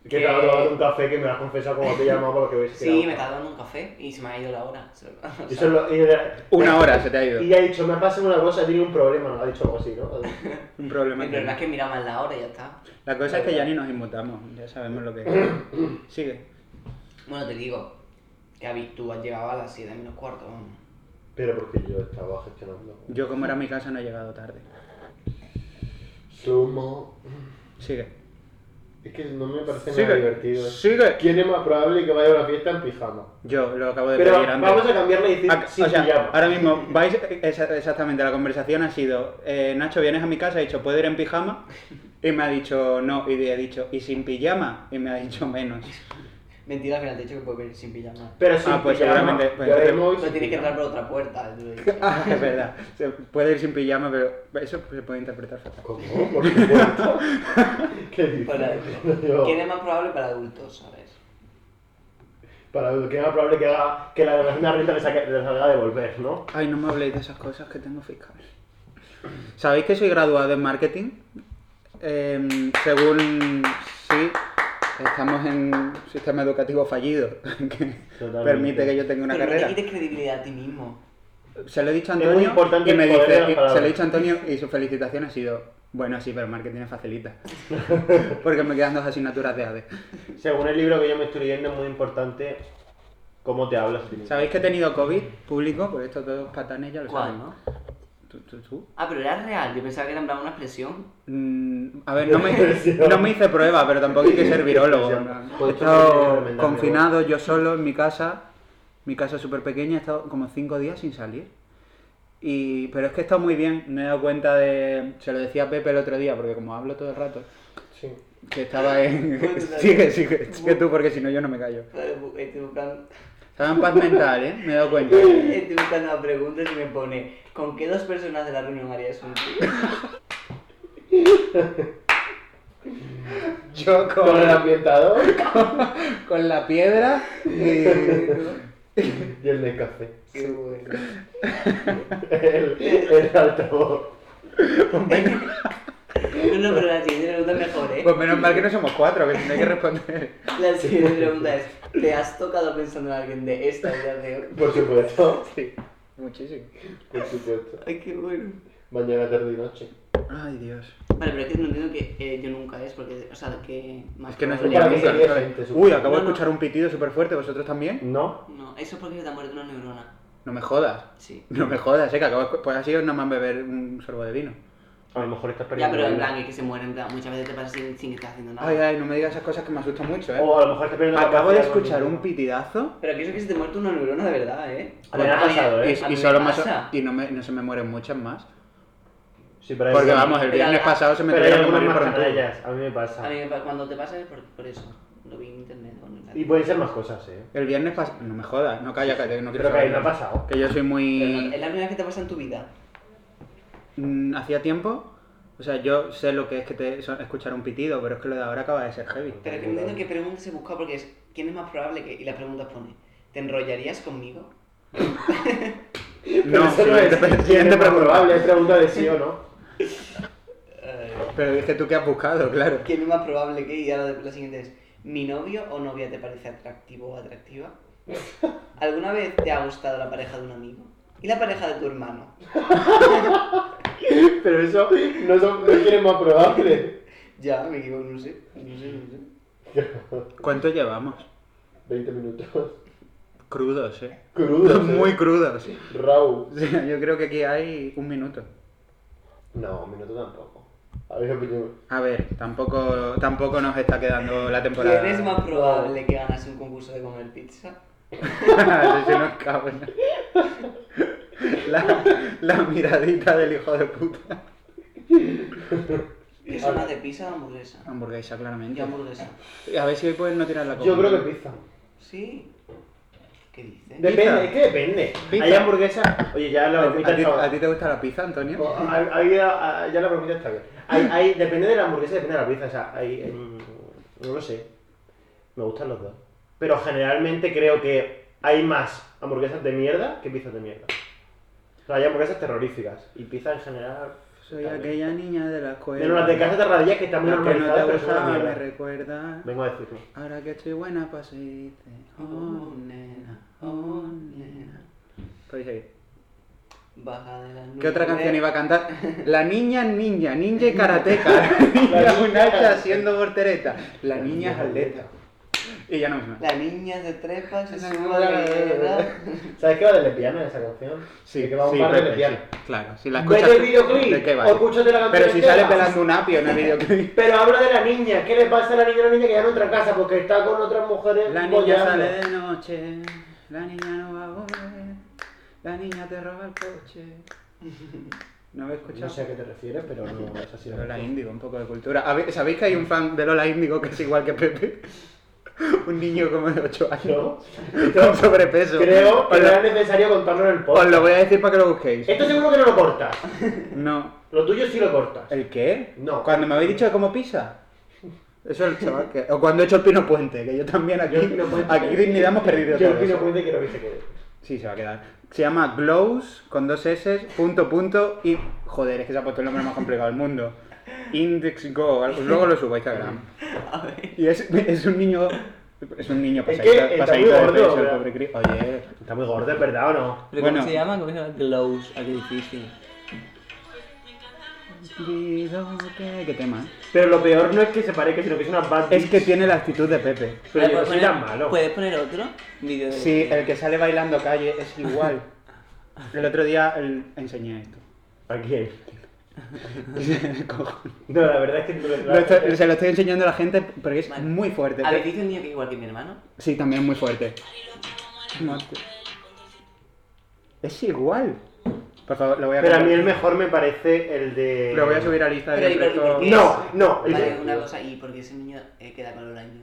S1: Que te ha tomado un café que me lo has confesado como te llamaba por lo que ves.
S3: Sí, me estaba dando un café y se me ha ido la hora. <laughs> Se lo- o
S1: Eso
S3: sea,
S1: es lo, y, era-
S2: Una hora se te ha
S1: y
S2: ido.
S1: ya ha dicho, me pasa una cosa, tiene un problema, ¿no? Ha dicho algo así, ¿no?
S3: <laughs>
S2: Un problema.
S3: El
S2: que-
S3: problema es que miraba en la hora y ya está.
S2: La cosa es que ya ni nos inmutamos, ya sabemos lo que es. Sigue.
S3: Bueno, te digo, que Abby, tú has llegado a las 7 menos cuarto. vamos.
S1: Pero porque yo estaba gestionando.
S2: Yo como era mi casa no he llegado tarde.
S1: Sumo.
S2: Sigue.
S1: Es que no me parece nada
S2: Sigue.
S1: divertido.
S2: Sigue.
S1: ¿Quién es más probable que vaya a una fiesta en pijama?
S2: Yo lo acabo de
S1: Pero
S2: pedir antes.
S1: vamos a cambiarle y decir
S2: Ac-
S1: sin
S2: o sea,
S1: pijama.
S2: ahora mismo vais esa- exactamente la conversación ha sido eh, Nacho vienes a mi casa he dicho puedo ir en pijama y me ha dicho no y he dicho y sin pijama y me ha dicho menos
S3: Mentira, que le has dicho que puedes venir sin pijama.
S1: Pero sí,
S2: Ah, pues seguramente, pues,
S1: yo
S2: te-
S1: ahora mismo voy
S3: Pero
S1: sin
S3: tienes que
S1: pijama.
S3: entrar por otra puerta. tú.
S2: Ah, <laughs> es verdad. Se puede ir sin pijama, pero eso se puede interpretar
S1: <laughs>
S2: fatal.
S1: ¿Cómo? ¿Por
S3: <laughs>
S1: supuesto. ¿Qué dices? <laughs>
S3: Para-
S1: Yo-
S3: ¿Quién es más probable para adultos, sabes?
S1: Para que es más probable que, haga, que la donación de la renta le, saque- le salga a devolver, ¿no?
S2: Ay, no me habléis de esas cosas que tengo fiscal. ¿Sabéis que soy graduado en marketing? Em, según... Sí, estamos en un sistema educativo fallido <laughs> que
S1: Totalmente.
S2: permite que yo tenga una
S3: Pero
S2: carrera.
S3: no te quites credibilidad a ti mismo.
S2: Se lo he dicho a
S1: Es
S2: Antonio
S1: muy importante
S2: y me
S1: el poder de
S2: dice,
S1: las
S2: y- se
S1: palabras.
S2: lo he dicho a Antonio y su felicitación ha sido, bueno, sí, pero marketing
S1: <laughs>
S2: es facilita. Porque me quedan dos asignaturas de ADE.
S1: Según el libro que yo me estoy leyendo, es muy importante cómo te hablas. a ti mismo.
S2: ¿Sabéis que he tenido COVID público? Porque estos dos patanes
S1: Pues
S2: ya lo
S3: ¿Cuál,
S2: saben.
S3: no?
S2: ¿Tú, tú, tú?
S3: Ah, pero era real. Yo pensaba que era en plan una expresión.
S2: Mm, a ver, no me,
S1: <laughs>
S2: no me hice prueba, pero tampoco hay que ser virólogo.
S1: Pues esto
S2: He
S1: me tiene que
S2: estado
S1: recomendar,
S2: confinado yo solo en mi casa. Mi casa es súper pequeña, he estado como cinco días sin salir. Y, pero es que he estado muy bien, me he dado cuenta de... Se lo decía a Pepe el otro día, porque como hablo todo el rato,
S1: Sí.
S2: que estaba en... <laughs>
S3: Bueno, dale.
S2: sigue, sigue, sigue tú, porque si no yo no me callo.
S3: Estoy buscando, <laughs>
S2: Estaba en paz mental, ¿eh? Me he dado cuenta.
S3: estoy buscando la pregunta y me pone ¿Con qué dos personas de la reunión harías un trío?
S2: Yo
S1: Con el
S2: con,
S1: ambientador <laughs>
S2: con la piedra y...
S1: y el de café.
S3: Qué bueno.
S1: El, el altavoz.
S3: <laughs> No, no, pero la siguiente pregunta es mejor, ¿eh?
S2: <laughs> Pues menos mal que no somos cuatro, que tendré que responder.
S3: <laughs> La siguiente pregunta es ¿Te has tocado pensando en alguien de esta edad de hoy?
S1: Por supuesto.
S2: Sí, muchísimo.
S1: Por supuesto.
S3: Ay, qué bueno.
S1: Mañana, tarde y noche.
S2: Ay, Dios.
S3: Vale, pero es que no entiendo que eh, yo nunca es, porque, o sea, Ah, que... más
S2: Es que no
S3: probable-
S1: Para mí
S2: soñamos
S1: sería gente, supongo.
S2: Uy, acabo de
S3: No, no.
S2: escuchar un pitido súper fuerte, ¿vosotros también?
S1: No.
S3: No, eso es porque se te ha muerto una neurona.
S2: No me jodas.
S3: Sí.
S2: No me jodas, eh, que acabo de... escu- Pues ha sido nomás beber un sorbo de vino.
S1: A lo mejor estás
S3: Ya,
S1: perdiendo.
S3: pero en
S1: la
S3: plan, es que se muere, en plan, muchas veces te pasa sin, sin que estés haciendo nada.
S2: Ay, ay, no me digas esas cosas que me asustan mucho,
S1: vida.
S2: eh.
S1: O a lo mejor estás perdiendo la
S2: Acabo de
S1: capacidad
S2: escuchar un
S1: cognitiva.
S2: pitidazo
S3: Pero que eso que se te ha muerto una neurona de verdad, ¿eh?
S1: A mí me ha pasado,
S2: y,
S1: ¿eh?
S3: A
S2: y
S3: mí me
S2: solo me
S3: pasa.
S2: y no, me, no se me mueren muchas más.
S1: Sí, pero hay-
S2: Porque vamos, el
S3: Pero
S2: viernes
S3: hay-
S2: pasado se me
S1: Pero hay
S2: tuvieron que
S1: algunas
S2: morir por
S1: más
S2: un tubo.
S1: canallas. A mí me
S3: A
S1: pasa.
S3: mí me pa- cuando te pasa es por, por eso. Lo vi en internet. o en la-
S1: Y pueden ser más cosas, eh.
S2: El viernes pasado... No me jodas, no calla, calla, que no quiero
S1: Pero que ahí
S2: saber.
S1: no ha pasado.
S2: Que yo soy
S3: Pero
S2: muy...
S3: no, es la primera vez que te pasa en tu vida.
S2: Mm, Hacía tiempo. O sea, yo sé lo que es que te so- escuchar un pitido, pero es que lo de ahora acaba de ser heavy.
S3: Pero es que no entiendo qué pregunta se busca porque es ¿quién es más probable que...? Y la pregunta pone ¿te enrollarías conmigo?
S1: <laughs> <laughs> Pero
S2: No,
S1: eso no
S2: <laughs> siguiente,
S1: es-
S2: pre-
S1: sí, es
S2: siguiente
S1: más probable,
S2: pregunta.
S1: es pregunta de sí o no.
S2: <laughs>
S3: Eh,
S2: Pero es que tú que has buscado, claro.
S3: ¿Quién es más probable que...? Y ahora la siguiente es ¿mi novio o novia te parece atractivo o atractiva? ¿Alguna vez te ha gustado la pareja de un amigo? ¿Y la pareja de tu hermano?
S1: Pero eso no, son, no tiene más probable.
S3: Ya, me equivoco, no sé. No sé, no sé.
S2: ¿Cuánto llevamos?
S1: 20 minutos.
S2: Crudos, eh.
S1: Crudos. ¿eh?
S2: <laughs> Muy crudos.
S1: Raw.
S2: O sea, yo creo que aquí hay un minuto.
S1: No, un minuto tampoco. A ver, opinión.
S2: A ver, tampoco, tampoco nos está quedando la temporada.
S3: ¿Quién es más probable que ganase un concurso de comer pizza?
S2: <laughs> Sí, sí, no, cabrón. la, la miradita del hijo de puta.
S3: ¿Eso más de pizza o de hamburguesa?
S2: Hamburguesa,
S3: Y
S2: claramente.
S3: hamburguesa.
S2: A ver si hoy pueden no tirar la copa.
S1: Yo creo que pizza.
S3: Sí. ¿Qué dices?
S1: Depende,
S2: Pizza.
S1: es que depende.
S2: Pizza.
S1: Hay hamburguesas. Oye, ya la Oh.
S2: ¿A ti-
S1: bromita
S2: ¿A ti,
S1: está
S2: a ti te gusta la pizza, Antonio?
S1: O- hay- hay- a- Ya la bromita está bien. Hay, hay, depende de la hamburguesa, depende de la pizza. O sea, hay. mm, No lo sé. Me gustan los dos. Pero generalmente creo que hay más hamburguesas de mierda que pizzas de mierda. O sea, hay hamburguesas terroríficas. Y pizza en general.
S2: Soy
S1: también.
S2: aquella niña de la escuela.
S1: Menos las de casa de Radilla que están muy
S2: La que no te
S1: normalizadas, pero son
S2: gustaba
S1: una
S2: me
S1: mierda.
S2: recuerda.
S1: Vengo a decirlo.
S2: Ahora que estoy buena, pues se dice. Oh, nena, oh, nena. Podéis seguir.
S3: Baja de la nube.
S2: ¿Qué otra canción iba a cantar? La niña es ninja, ninja y karateca. La
S1: La
S2: niña es
S1: niña
S2: un hacha
S1: karateca.
S2: haciendo portereta. La niña es atleta. Y ya no es más.
S3: La niña de trepa se
S2: La
S3: sube a la guerra.
S1: ¿Sabes qué va de lesbiana esa canción? De que va un par de
S2: Pepe,
S1: lesbianas.
S2: sí, Claro, si la
S1: Vete
S2: escuchas.
S1: el videoclip,
S2: ¿de qué
S1: o
S2: vale?
S1: escúchate la canción
S2: Pero si
S1: entera.
S2: sale pelando un apio
S1: <laughs>
S2: en el videoclip.
S1: Pero habla de la niña. ¿Qué le pasa a la niña? La niña que ya en otra casa porque está con otras mujeres.
S2: La niña
S1: bollando.
S2: sale de noche, la niña no va a volver, la niña te roba el coche. ¿No habéis escuchado?
S1: No sé a qué te refieres, pero <laughs> no es así.
S2: Lola Índigo, un poco de cultura. A ver, ¿Sabéis que hay un fan de Lola Índigo que es igual que Pepe? <laughs> Un niño como de 8
S1: <laughs>
S2: años.
S1: ¿No?
S2: Con
S1: Esto
S2: sobrepeso.
S1: creo que
S2: Os
S1: no
S2: lo-
S1: era Eh. necesario contarlo en el
S2: os
S1: podcast.
S2: lo voy a decir para que lo busquéis.
S1: Esto seguro que no lo cortas.
S2: No.
S1: Lo tuyo sí lo cortas.
S2: ¿El qué?
S1: No.
S2: Cuando me habéis dicho como pisa. Eso es el chaval que... O cuando he hecho el pino puente, que yo también aquí...
S1: Yo el Pino Puente-
S2: Aquí dignidad hemos perdido
S1: Yo el
S2: todo
S1: Pino
S2: eso.
S1: Puente quiero que se quede.
S2: Sí, se va a quedar. Se llama Glows con dos S, punto, punto y. Joder, es que se ha puesto el nombre más complicado del mundo. Index Go, algo- luego lo subo a Instagram.
S3: <laughs> A ver.
S2: Y es, es un niño. Es un niño
S1: Es que
S2: pasadito,
S1: está muy
S2: pasadito de
S1: gordo,
S2: peso, el
S1: ¿verdad?
S2: pobre crío. Oye,
S1: Está muy gordo, es verdad o no.
S4: ¿Pero
S2: Bueno.
S4: cómo se llama? ¿Cómo se llama? Glows. Ah, qué difícil.
S2: pido que- qué tema. eh?
S1: Pero lo peor no es que se parezca, sino que es una bad
S2: Es
S1: bitch.
S2: que tiene la actitud de Pepe.
S1: Pero
S4: Ah,
S1: yo no
S4: ¿puedes
S1: soy
S4: poner-
S1: tan malo.
S4: ¿Puedes poner otro vídeo de
S2: Sí, el que sale bailando calle es igual. El otro día el- enseñé esto.
S1: ¿A
S2: <laughs>
S1: quién?
S2: Cojo-
S1: No, la verdad es que... tú-
S2: Lo estoy- se lo estoy enseñando a la gente porque es
S4: Vale.
S2: muy fuerte.
S4: ¿Habéis visto el niño que es igual que mi hermano?
S2: Sí, también muy fuerte. No te- Es igual. Por favor, lo voy a
S1: Pero a
S2: cambiar.
S1: mí el mejor me parece el de...
S2: Lo voy a subir a lista de
S3: Pero ¿y por- y por qué
S1: No,
S3: es-
S1: no,
S3: Vale,
S1: el-
S3: una cosa, ¿y por qué ese niño eh, queda con un año?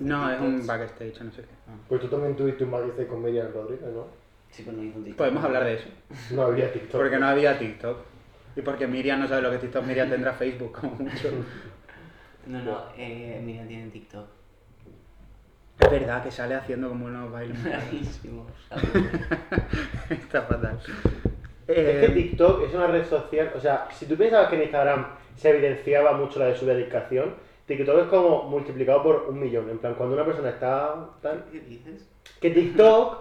S2: No, es un backstage, no sé qué.
S1: Pues tú también tuviste un matiz con Miriam Rodríguez, ¿no?
S3: Sí, pues no hizo un TikTok.
S2: Podemos hablar de eso.
S1: No habría TikTok.
S2: Porque no había TikTok. Y porque Miriam no sabe lo que es TikTok. Miriam tendrá Facebook como mucho.
S3: No, no, eh, Miriam tiene TikTok. <laughs>
S2: Es verdad que sale haciendo como unos bailes.
S3: Bravísimo.
S2: <laughs>
S3: <laughs>
S2: Está fatal.
S1: Es que
S2: Eh,
S1: TikTok es una red social, o sea, si tú pensabas que en Instagram se evidenciaba mucho la de su dedicación, TikTok es como multiplicado por un millón. En plan, cuando una persona está tan...
S3: ¿Qué dices?
S1: Que TikTok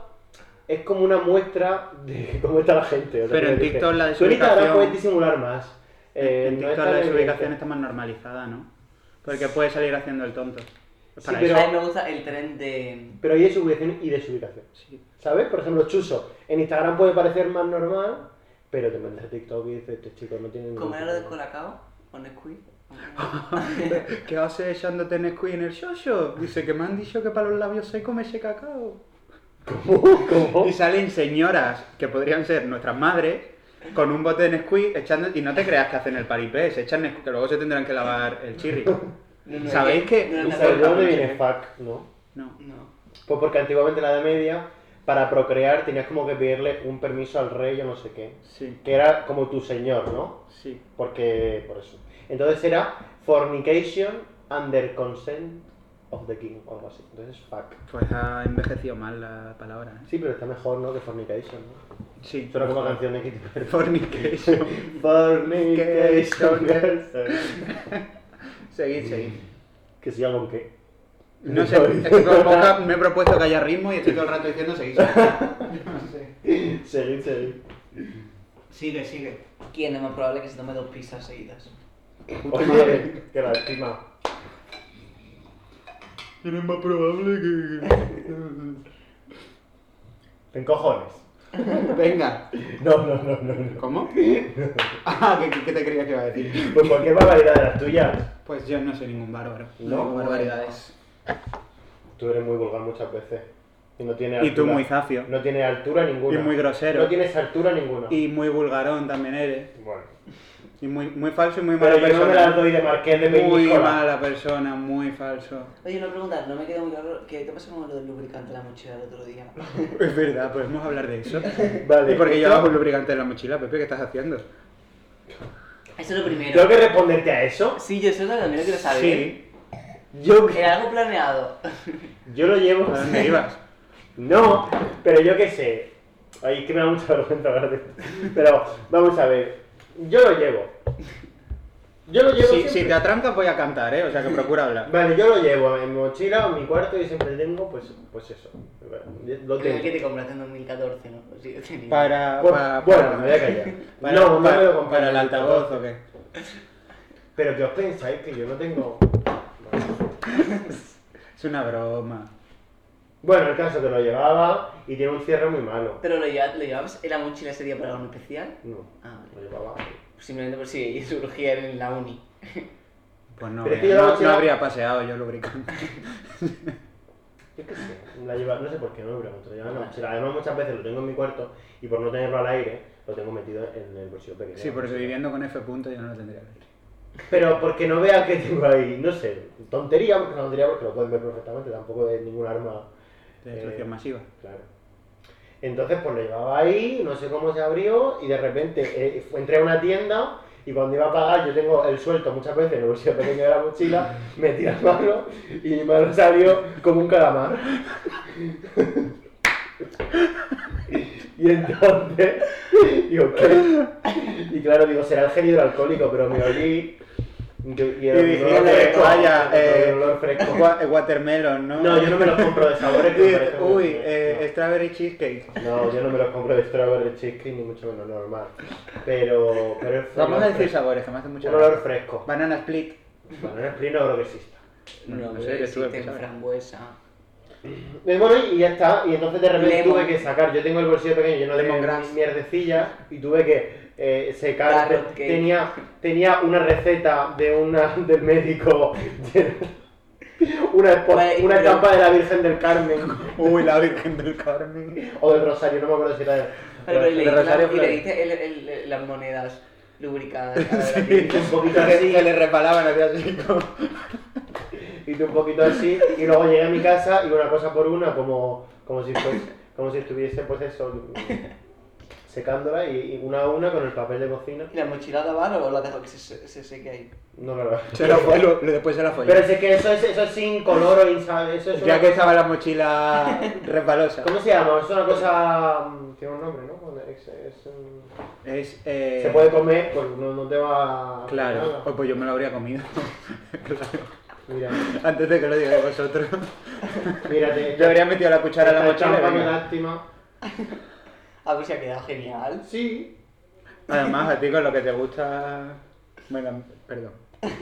S1: es como una muestra de <laughs> cómo está la gente. o sea,
S2: Pero en
S1: que dice,
S2: TikTok la
S1: Tú en Instagram
S2: desubicación-
S1: puedes disimular más. Eh,
S2: en
S1: no
S2: TikTok
S1: es tan
S2: la
S1: evidente.
S2: desubicación está más normalizada, ¿no? Porque puede salir haciendo el tonto. Es Para
S1: Sí,
S2: eso.
S1: Pero-
S3: A mí me gusta el tren de...
S1: Pero hay desubicación y desubicación.
S2: Sí.
S1: ¿Sabes? Por ejemplo, Chuso. En Instagram puede parecer más normal, pero te metes a TikTok y dices, estos chicos no tienen...
S3: ¿Cómo era lo de
S1: ningún
S3: Colacao? ¿O Nesquik?
S2: <laughs> ¿Qué haces echándote Nesquik en el shosho? Dice que me han dicho que para los labios secos me eche cacao.
S1: tipo". ¿Cómo?
S2: Y salen señoras, que podrían ser nuestras madres, con un bote de Nesquik echando... Y no te creas que hacen el paripé, se echan Nesquik, que luego se tendrán que lavar el chirri.
S3: No, no,
S2: ¿Sabéis
S3: no,
S2: que-
S3: no, no,
S1: ¿Y
S3: no,
S1: sabes de
S3: no,
S1: dónde viene fuck, no?
S2: No.
S3: No.
S1: Pues porque antiguamente en la Edad Media, para procrear tenías como que pedirle un permiso al rey o no sé qué.
S2: Sí,
S1: Que era como tu señor, ¿no?
S2: sí.
S1: Porque, por eso. Entonces era fornication under consent of the king o algo así. Entonces fuck.
S2: Pues ha envejecido mal la palabra, ¿eh?
S1: Sí, pero está mejor, ¿no? Que fornication, ¿no?
S2: Sí.
S1: Suena como canción de Kitty Perry.
S2: <laughs> Fornication.
S1: Fornication girls.
S2: Seguid, seguid.
S1: Que siga con qué.
S2: No sé, es que con poca me he propuesto que haya ritmo y estoy todo el rato diciendo <laughs> seguid. seguid. No sé.
S1: Seguid, seguid.
S2: Sigue, sigue.
S3: ¿Quién es más probable que se tome dos pizzas seguidas?
S1: Oye, que la estima.
S2: Eres más probable que.
S1: Ten cojones.
S2: Venga.
S1: No, no, no, no. no.
S2: ¿Cómo? Ah, ¿qué, qué- qué te creías que iba a decir?
S1: Pues cualquier barbaridad de las tuyas.
S2: Pues yo no soy ningún bárbaro.
S1: No,
S2: No, digo
S1: bueno.
S2: barbaridades.
S1: Tú eres muy vulgar muchas veces. Y no tienes
S2: Y tú muy zafio.
S1: No tienes altura ninguna.
S2: Y muy grosero.
S1: No tienes altura ninguna.
S2: Y muy vulgarón también eres.
S1: Bueno.
S2: Y muy, muy falso y muy mala
S1: Pero yo no me las
S2: persona.
S1: doy de marqués de
S2: muy
S1: Peñíscola.
S2: mala persona, muy falso.
S3: Oye, una pregunta, no me queda muy claro. ¿Qué te pasó con lo del lubricante en la mochila el otro día?
S2: Es verdad, podemos hablar de eso.
S1: Vale.
S2: ¿Y por qué
S1: esto-
S2: llevas un lubricante en la mochila, Pepe? ¿Qué estás haciendo?
S3: Eso es lo primero.
S1: ¿Tengo que responderte a eso?
S3: Sí, yo eso es lo que también quiero saber.
S2: Sí.
S1: Yo,
S3: Era algo planeado.
S1: yo lo llevo.
S2: ¿A dónde ibas?
S1: No, pero yo qué sé. Ay, es que me da mucha <laughs> vergüenza hablar de esto. Pero vamos a ver. Yo lo llevo. Yo lo llevo.
S2: Si, si
S1: siempre.
S2: te atrancas voy a cantar, ¿eh? O sea que procura hablar.
S1: Vale, yo lo llevo en mi mochila o en mi cuarto y siempre tengo, pues, pues eso. Lo tengo.
S3: Creo que te compraste en 2014, ¿no? Pues Sí, yo tenía.
S2: Para,
S1: Bueno,
S2: pa-
S1: bueno,
S2: para-
S1: me voy a callar.
S2: para-
S1: no, no
S2: para-
S1: me lo compré.
S2: para el altavoz o qué.
S1: Pero que os pensáis que yo no tengo.
S2: Es una broma.
S1: Bueno, el caso que lo llevaba y tiene un cierre muy malo.
S3: ¿Pero lo, lleva- lo llevabas en la mochila ese día para algo en especial?
S1: No,
S3: Ah, vale.
S1: lo llevaba.
S3: Simplemente
S4: <laughs>
S3: por si surgía en la uni.
S2: Pues no,
S1: Pero es
S2: voy a-
S1: que yo la
S2: no-
S1: mochila-
S2: no habría paseado yo lubricante.
S1: Yo qué sé, la lleva, no sé por qué no lo pregunto. Lo llevaba en la mochila. Además, muchas veces lo tengo en mi cuarto y por no tenerlo al aire, lo tengo metido en el bolsillo pequeño.
S2: Sí, porque viviendo con F punto yo no lo tendría que hacer.
S1: Pero porque no vea que tengo ahí, no sé, tontería, porque es una tontería porque lo pueden ver perfectamente, tampoco es ningún arma.
S2: de destrucción
S1: Eh,
S2: masiva.
S1: Claro. Entonces, pues lo llevaba ahí, no sé cómo se abrió, y de repente eh, fu- entré a una tienda y cuando iba a pagar, yo tengo el suelto muchas veces en el bolsillo pequeño de la mochila, metí la mano y mi mano salió como un calamar. <laughs> y entonces, digo, ¿qué? Y claro, digo, será el gel hidroalcohólico, pero me olí. Y, y
S2: Y dije,
S1: olor fresco,
S2: vaya, eh,
S1: el olor fresco.
S2: Wa- watermelon, ¿no?
S1: No, yo no me los compro de sabores. que me
S2: Dice,
S1: parecen muy
S2: Uy,
S1: buenos.
S2: eh,
S1: No.
S2: strawberry cheesecake.
S1: No, yo no me los compro de strawberry cheesecake ni mucho menos normal. Pero, pero es un
S2: Vamos a
S1: olor
S2: decir
S1: fresco.
S2: sabores, que me hace mucho
S1: Un olor fresco.
S2: Banana split.
S1: Banana split no creo que exista.
S2: No,
S4: No,
S2: sé, que
S4: hombre,
S2: estuve
S4: existen
S2: pensando.
S4: frambuesa.
S1: Y bueno, y ya está. Y entonces de repente
S4: Lemon.
S1: tuve que sacar. Yo tengo el bolsillo pequeño lleno de
S2: Lemongrass.
S1: mierdecillas y tuve que eh, secar.
S4: Carrot cake.
S1: tenía, tenía una receta de una del médico. llena- Una, espo-
S4: Vale,
S1: una
S4: pero-
S1: estampa de la Virgen del Carmen
S2: Uy, la Virgen del Carmen.
S1: o del Rosario, no me acuerdo si era de.
S4: Vale, pero y le
S2: de
S4: diste
S2: Rosario
S4: la- y le
S2: Flores.
S4: diste el- el- el- las monedas lubricadas. a la
S2: Sí,
S4: tienda.
S1: Un <laughs> poquito
S2: que,
S1: así.
S2: que le repalaban a chico.
S1: <laughs> hice un poquito así y luego llegué a mi casa y una cosa por una como, como, si, fuese- como si estuviese pues eso secándola y, y una a una con el papel de cocina
S3: ¿Y la mochila de mano o la dejo que se, se, se seque ahí?
S1: no no, no. <laughs>
S2: Se lo fue, lo- lo- después se la
S1: pero
S2: folló.
S1: es que eso es, eso es sin color o insa- eso es
S2: Ya
S1: una-
S2: que estaba la mochila resbalosa.
S1: ¿cómo se llama? es una cosa mm, tiene un nombre ¿no? Es- es, mm,
S2: Es, eh,
S1: se puede comer pues no, no te va a
S2: Claro,
S1: nada.
S2: oh, pues yo me lo habría comido. <laughs> Claro.
S1: mira
S2: Antes de que lo digáis vosotros. <laughs>
S1: mírate
S2: Yo habría metido la cuchara en la mochila. y
S1: qué
S2: venga.
S1: lástima
S3: A ver si ha quedado genial.
S1: sí
S2: Además, a ti con lo que te gusta. Venga, perdón.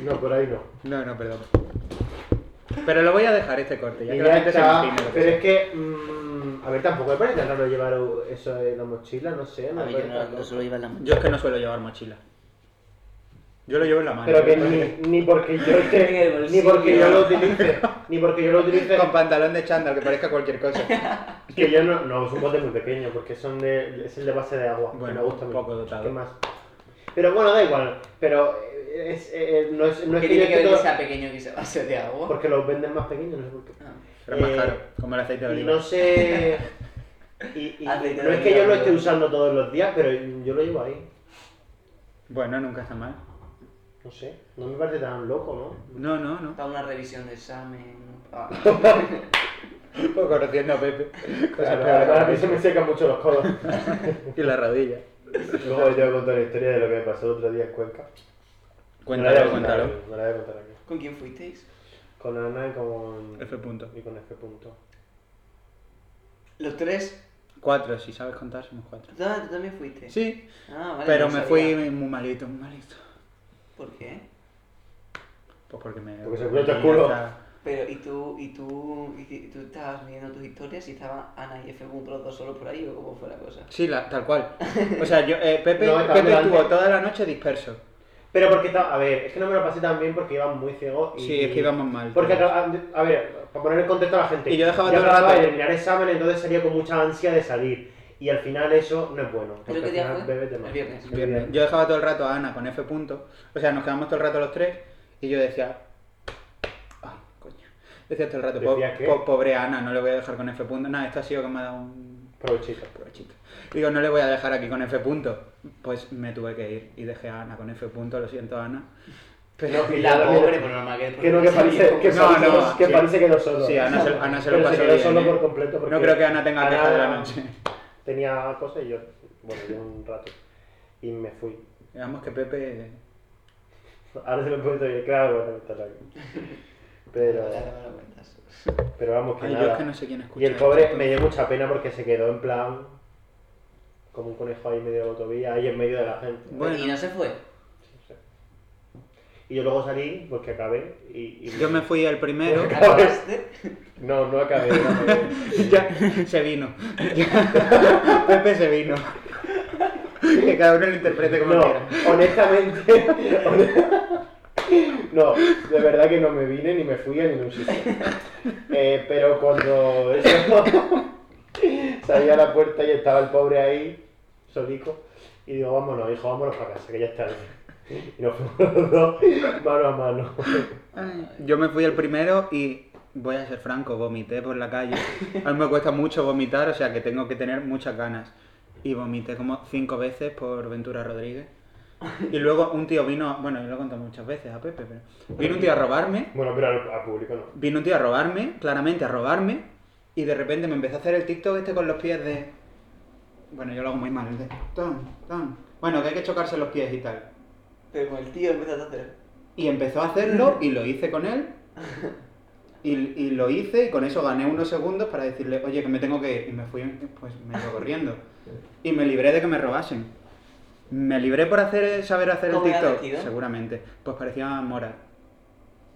S1: no por ahí no
S2: No, no, perdón. Pero lo voy a dejar este corte, ya
S1: Y
S2: que
S1: ya
S2: la gente se
S1: está,
S2: imagina lo que
S1: pero
S2: sea.
S1: es que, mm, a ver, tampoco me parece raro llevar o- eso en la mochila, no sé. no
S4: A
S1: me
S4: ver, yo
S1: parece
S4: no,
S1: raro.
S4: no solo iba en la mano.
S2: Yo es que no suelo llevar mochila. Yo lo llevo en la mano.
S1: pero que ni, ni porque
S4: <laughs>
S1: yo
S4: ¿eh? En el
S1: te, ni
S4: bolsillo.
S1: porque yo lo
S4: <laughs>
S1: utilice, ni porque yo lo utilice,
S2: Con pantalón de chándal, que parezca cualquier cosa.
S1: que yo no, no, es un bote muy pequeño, porque son de, es el de base de agua, que
S2: Bueno,
S1: me gusta
S2: un
S1: mucho.
S2: poco dotado.
S1: ¿Qué más? Pero bueno, da igual, pero eh, es, eh, no es, no es
S4: ¿Qué
S1: que yo
S4: tiene que ver
S1: esté
S4: que
S1: todo-
S4: sea pequeño que sea base de agua?
S1: porque los venden más pequeños, no sé por qué.
S4: Ah.
S2: Pero es más
S1: Eh,
S2: caro, como el aceite de
S1: Y
S2: oliva.
S4: <laughs>
S1: no sé. y- y-
S4: Aceite
S1: no
S4: de
S1: es que yo lo
S4: oliva.
S1: esté usando todos los días, pero yo lo llevo ahí.
S2: Bueno, nunca está mal.
S1: No sé, no me parece tan loco, ¿no?
S2: No, no, no.
S4: Para una revisión de examen. Ah.
S2: Pues conociendo a Pepe. Cosas
S1: Claro,
S2: peores
S1: ahora a
S2: que
S1: mí se me secan mucho los <laughs> codos.
S2: Pepe. Y la rodilla.
S1: Luego yo te voy a contar la historia de lo que me pasó el otro día en Cuenca. No la voy
S2: Cuéntalo,
S1: a contar
S2: cuéntalo.
S1: aquí, No la voy a contar aquí.
S4: ¿Con quién fuisteis?
S1: Con Ana y con...
S2: F punto.
S1: Y con F punto.
S3: Los tres.
S2: Cuatro, si sabes contar, somos cuatro.
S4: ¿Tú, tam- tú también fuiste?
S2: Sí,
S4: Ah, vale.
S2: pero
S4: no
S2: me
S4: sabía.
S2: fui muy malito, muy malito.
S4: ¿Por qué?
S2: Pues porque me.
S1: Porque se explotó el culo.
S4: Pero, ¿y tú, y tú, y ti- tú estabas viendo tus historias y estaban Ana y F. los dos solos por ahí o cómo fue la cosa?
S2: Sí, la- tal cual. O sea, yo, eh, Pepe,
S1: No, estaba
S2: Pepe
S1: delante.
S2: estuvo toda la noche disperso.
S1: Pero porque estaba... A ver, es que no me lo pasé tan bien porque iba muy ciego y...
S2: Sí, es que íbamos mal.
S1: Porque, a, a ver, para poner en contexto a la gente...
S2: Y yo dejaba todo el
S1: acababa
S2: rato.
S1: de terminar examen, entonces salía con mucha ansia de salir. Y al final eso no es bueno.
S4: ¿Pero
S1: Porque
S4: qué
S1: al
S4: día
S1: final
S4: fue?
S1: bebes de
S4: ¿eh?
S1: más.
S4: El viernes.
S2: El viernes. Yo dejaba todo el rato a Ana con F punto. O sea, nos quedamos todo el rato los tres y yo decía. Ay, coño. Decía todo el rato, po-
S1: ¿Decía qué?
S2: po- pobre Ana, no le voy a dejar con F punto. Nada, esto ha sido que me ha dado un
S1: Provechito.
S2: provechito. Digo, no le voy a dejar aquí con F punto. Pues me tuve que ir y dejé a Ana con F punto, lo siento Ana. Pero
S1: No, y
S4: La
S1: ya lo-
S4: pobre, pues normal que...
S1: Que no, que parece que,
S2: No,
S1: parece,
S2: no,
S1: que
S2: sí.
S1: parece quedó solo.
S2: Sí, Ana se, Ana se lo
S1: Pero
S2: pasó
S1: se quedó
S2: bien,
S1: solo
S2: ¿eh?
S1: por completo. porque
S2: No creo que Ana tenga
S1: Ana-
S2: queja de la noche.
S1: Tenía cosas y yo, bueno, yo un rato. Y me fui.
S2: Digamos que Pepe.
S1: Ahora se lo puedo decir, claro, bueno, está aquí. Pero, eh.
S4: Ahora me lo cuentas.
S1: pero vamos, que
S2: Ay,
S1: nada.
S2: yo es que no sé quién escucha.
S1: y el pobre
S2: esto.
S1: me dio mucha pena porque se quedó en plan como un conejo ahí medio de la autovía, ahí en medio de la gente.
S2: Bueno.
S4: ¿Y no se fue?
S1: Y yo luego salí, porque acabé y... y-
S2: Yo me fui el primero.
S1: <laughs>
S4: ¿Acabaste?
S1: No, no
S2: <laughs>
S1: acabé. no acabé.
S2: Ya, se vino. <laughs> Ya. Pepe se
S1: <laughs>
S2: vino. Que cada uno lo interprete como
S1: No,
S2: quiera.
S1: honestamente. hone- No, de verdad que no me vine ni me fui a ningún sitio. Eh, pero cuando eso, <laughs> salí a la puerta y estaba el pobre ahí, solico, y digo, vámonos, hijo, vámonos para casa, que ya está bien. Y nos fuimos los dos mano a mano.
S2: Yo me fui el primero y voy a ser franco, vomité por la calle. A mí me cuesta mucho vomitar, o sea que tengo que tener muchas ganas. Y vomité como cinco veces por Ventura Rodríguez. Y luego un tío vino, bueno, yo lo he contado muchas veces a Pepe, pero vino un tío a robarme
S1: Bueno, pero al, al público no.
S2: vino un tío a robarme, claramente a robarme, y de repente me empezó a hacer el TikTok este con los pies de. Bueno, yo lo hago muy mal, el de. Ton, ton. Bueno, que hay que chocarse los pies y tal.
S4: Pero con el tío empezaste a hacer.
S2: Y empezó a hacerlo y lo hice con él. Y, y lo hice y con eso gané unos segundos para decirle, oye, que me tengo que ir. Y me fui, pues me iba corriendo. Y me libré de que me robasen. Me libré por hacer, saber hacer el
S4: ¿Cómo era
S2: TikTok,
S4: vestido?
S2: seguramente. Pues parecía Mora.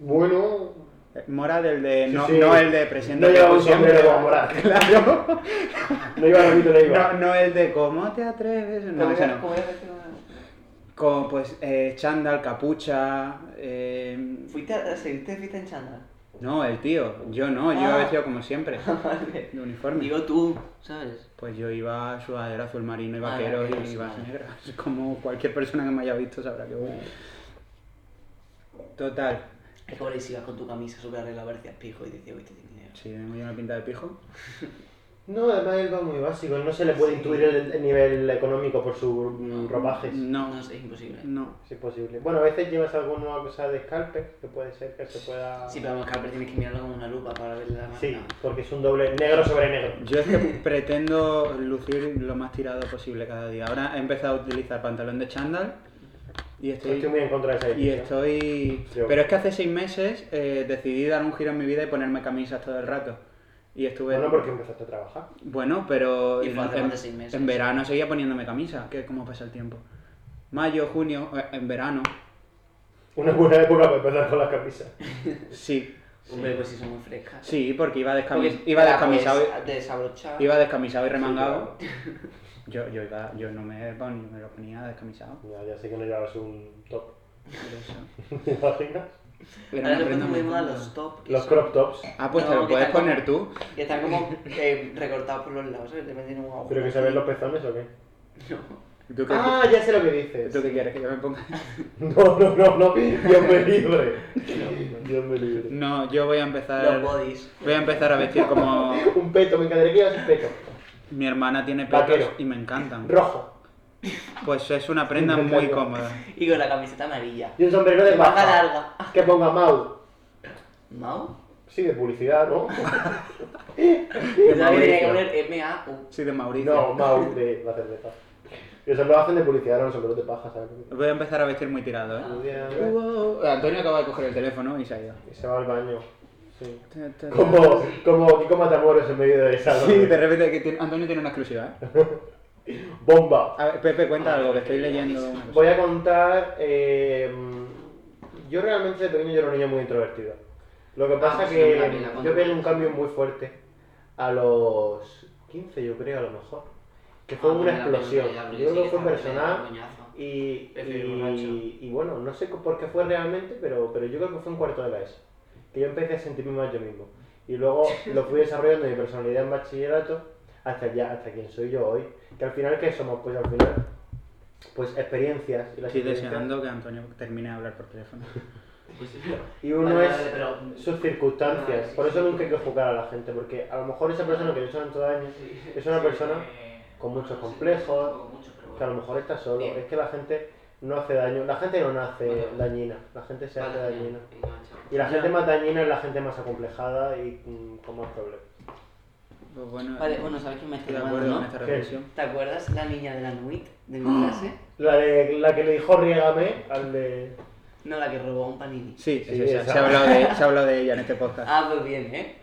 S1: Bueno.
S2: Eh, Mora del de.
S1: Sí,
S2: no,
S1: sí.
S2: no el de presidente
S1: No
S2: de
S1: llevaba un
S2: siempre,
S1: sombrero
S2: ¿verdad?
S1: como Mora.
S2: <laughs> Claro.
S1: <laughs> No iba a Ramito, no iba.
S2: No, no el de cómo te atreves. No,
S4: ¿Cómo
S2: ese
S4: era-
S2: no.
S4: cómo era que no-
S2: Con pues eh, chándal, capucha. eh,
S4: ¿Fuiste a seguirte de fiesta en chándal?
S2: No, el tío. Yo no, yo
S4: Ah.
S2: he vestido como siempre.
S4: <laughs> Vale.
S2: De uniforme.
S4: Digo tú, ¿sabes?
S2: Pues yo iba a sudadera azul marino y
S4: Ah,
S2: vaquero
S4: vaqueros,
S2: y vas
S4: vale.
S2: negras. <laughs> Como cualquier persona que me haya visto sabrá que voy. Total.
S4: Es que ahora si vas con tu camisa sobre la regla parecías pijo y decías, uy, te dinero.
S2: Sí, tengo yo una pinta de pijo.
S1: No, además él va muy básico, no se le puede
S4: Sí.
S1: intuir el, el nivel económico por sus mm, ropajes,
S2: No,
S4: No, es imposible.
S2: no.
S1: si es posible. Bueno, a veces llevas alguna cosa de scalper, que puede ser que se pueda...
S4: Sí, pero vamos, Carper, tienes que mirarlo con una lupa para ver la marca.
S1: Sí, porque es un doble negro sobre negro.
S2: Yo es
S4: <laughs>
S2: que pretendo lucir lo más tirado posible cada día. Ahora he empezado a utilizar pantalón de chándal y estoy,
S1: Estoy muy en contra de esa
S2: y
S1: decisión.
S2: estoy...
S1: Yo-
S2: Pero es que hace seis meses eh, decidí dar un giro en mi vida y ponerme camisas todo el rato. Y estuve...
S1: Bueno, porque empezaste a trabajar.
S2: Bueno, pero
S4: Y
S2: en,
S4: fue hace más de seis
S2: en-
S4: meses.
S2: en verano seguía poniéndome camisa, que cómo pasa el tiempo. Mayo, junio, eh, en verano,
S1: Una buena época para empezar con las camisas.
S2: sí.
S4: Hombre, pues sí, son muy frescas.
S2: Sí, porque iba, descami-
S4: Porque
S2: iba
S4: te la pues,
S2: descamisado. y-
S4: puedes desabrochar.
S2: Iba descamisado y remangado. <laughs> Yo, yo, iba, yo no me, pon- me lo ponía descamisado.
S1: Ya, ya sé que no llevas un top. <laughs>
S2: por eso.
S1: ¿Te imaginas?
S2: Era
S4: Ahora
S2: una
S4: se ponen
S2: prenda
S4: muy de
S2: muy
S4: moda
S2: cómoda.
S4: los top. que
S1: Los
S4: son-
S1: crop tops.
S2: Ah, pues te
S4: No,
S2: lo
S4: que
S2: puedes
S4: tal-
S2: poner tú.
S4: Que están como eh, recortados por los lados, ¿sabes? Te meten un agujero
S1: ¿Pero que se
S4: aquí.
S1: ven los pezones o qué?
S2: ¿Tú qué,
S1: Ah, ya sé lo que
S2: ¿tú
S1: dices.
S2: qué quieres que yo me
S4: <laughs>
S2: ponga?
S1: <laughs> No, no, no, no. Dios me libre. Dios me
S2: <laughs>
S1: libre.
S2: No, yo voy a empezar.
S4: Los bodies.
S2: Voy a empezar a
S4: <laughs>
S2: vestir como.
S1: Un peto, me encantaría que llevas un peto.
S2: Mi hermana tiene pelos
S1: Vaquero.
S2: y me encantan.
S1: Rojo.
S2: Pues es una
S4: <laughs>
S2: prenda muy
S1: Vaquero.
S2: cómoda.
S4: Y con la camiseta amarilla.
S1: Y un sombrero de
S4: Manga
S1: paja.
S4: larga.
S1: Que ponga Mau.
S4: ¿Mao?
S1: Sí, de publicidad, ¿no?
S2: De
S4: Pensaba que tenía que
S2: Mauricio.
S4: poner M-A-U.
S2: Sí, de Mauricio.
S1: No, Mau de la cerveza. Y eso lo hacen de publicidad, no los sombreros de paja, ¿sabes?
S2: Voy a empezar a vestir muy tirado, ¿eh? Wow. Antonio acaba de coger el teléfono y se ha ido.
S1: Y se va al baño. Sí. Como, como Kiko Matamoros en medio de esa.
S2: Sí, de repente que tiene- Antonio tiene una exclusiva, ¿eh?
S1: Bomba.
S2: A ver, Pepe, cuenta algo, que estoy leyendo una cosa.
S1: Voy a contar. eh, yo realmente de pequeño yo era un niño muy introvertido. Lo que pasa
S4: pues
S1: que
S4: no, la- la-
S1: yo pegué un cambio muy fuerte a los 15, yo creo, a lo mejor. Que
S3: Ah,
S4: Ah,
S1: fue una explosión. Yo creo que fue personal. Y,
S4: Prefiero
S1: y-
S4: borracho.
S1: y bueno, no sé por qué fue realmente, pero, pero yo creo que fue un cuarto de la ESO. Que yo empecé a sentirme más yo mismo.
S4: <laughs>
S1: Y luego lo fui desarrollando mi personalidad en bachillerato hasta ya, hasta quien soy yo hoy. Que al final, ¿qué somos? Pues al final, pues experiencias. Y las
S2: Estoy
S1: experiencias-
S2: deseando que Antonio termine de hablar por teléfono.
S4: Pues
S1: Y uno
S4: Vale,
S1: es
S4: vale, pero- Ah,
S1: sus circunstancias. Por eso nunca hay que juzgar a la gente, porque a lo mejor esa persona que le hizo tanto daño es una persona con muchos complejos, que a lo mejor está solo. Es que la gente no hace daño, la gente no nace dañina, la gente se hace dañina. Y la gente más dañina es la gente más acomplejada y mm, con más problemas.
S2: Pues bueno,
S4: Vale, bueno, ¿sabes quién me está
S2: estoy de acuerdo
S4: llamando,
S2: con
S4: no?
S2: esta
S1: ¿Qué?
S2: reflexión.
S4: ¿Te acuerdas la niña de la Nuit de mi <gasps> clase?
S1: La, de, la que le dijo riégame al de.
S4: No, la que robó un panini.
S2: Sí,
S1: Sí,
S2: sí, sí,
S1: esa.
S2: se, ha hablado de, se ha hablado de ella en este podcast.
S4: Ah, pues bien, ¿eh?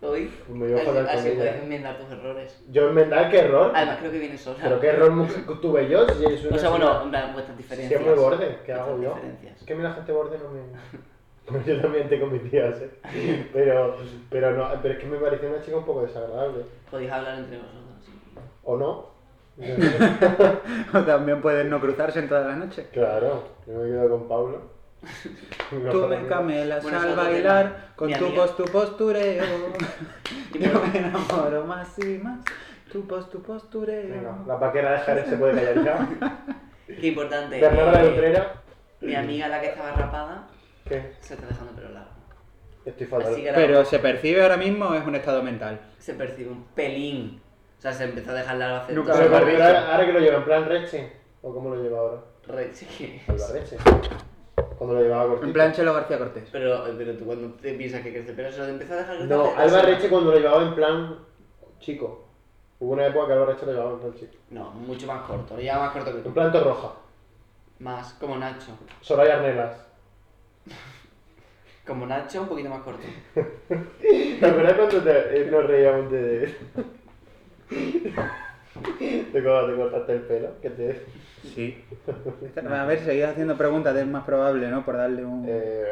S4: Hoy.
S1: Pues me voy a
S4: así-
S1: joder con
S4: Así
S1: ella.
S4: puedes enmendar tus errores.
S1: Yo inventar qué error.
S4: Además, creo que viene sola.
S1: Pero qué
S4: <laughs>
S1: error mu- tuve yo. Si es una
S4: Ah, O sea,
S1: señora-
S4: bueno, en plan, vuestras diferencias.
S1: Siempre borde, ¿qué hago
S4: Vuestras
S1: yo?
S4: diferencias.
S1: Es que a mí la gente borde no me. <laughs> Yo también tengo mis días, ¿eh? Pero, pero, no, pero es que me pareció una chica un poco desagradable.
S4: Podéis hablar entre vosotros.
S1: ¿O no?
S4: <laughs>
S1: Yo-
S2: <laughs> O también pueden no cruzarse en toda la noche.
S1: claro, yo me quedo con Pablo.
S2: Tú me camelas
S4: Bueno, es
S2: al
S4: otro
S2: bailar,
S4: tema.
S2: con
S4: Mi
S2: tu,
S4: amiga.
S2: pos, tu postureo.
S4: <laughs> Y
S2: Yo
S4: bueno.
S2: me enamoro más y más. Tu pos, tu postureo.
S1: Venga, la paquera de Jerez se puede callar ya.
S4: Qué importante.
S1: Bernarda
S4: eh,
S1: de Utrera,
S3: Mi amiga, la que estaba rapada,
S1: ¿Qué?
S3: se está dejando el pelo largo.
S1: Estoy fatal.
S3: Así que ahora
S2: Pero se percibe ahora mismo es un estado mental.
S3: se percibe un pelín. O sea, se empezó a dejar largo hace
S2: Nunca
S1: Pero
S2: lo
S3: dos
S2: he
S1: ahora-
S2: visto.
S1: ahora, ahora que lo lleva en plan Reche, ¿o cómo lo lleva ahora?
S3: re- sí que-
S1: Al Barreche. Cuando lo llevaba cortito.
S2: En plan Chelo García Cortés.
S3: Pero, pero tú cuando te piensas que crece, pero se lo empezó a dejar
S1: No,
S3: crecer hace dos
S1: Alba
S3: semanas.
S1: Reche cuando lo llevaba en plan chico. Hubo una época que Alba Reche lo llevaba en plan chico.
S3: No, mucho más corto, ya más corto que
S1: En
S3: tú.
S1: plan Torroja.
S3: Más, como Nacho.
S1: Soraya Arnelas.
S3: Como Nacho, un poquito más corto.
S1: ¿Te acuerdas cuando te- eh, nos reíamos de... <laughs> de cómo te cortaste el pelo? Que te...
S2: Sí. A ver, seguís haciendo preguntas, es más probable, ¿no? Por darle un...
S1: Eh...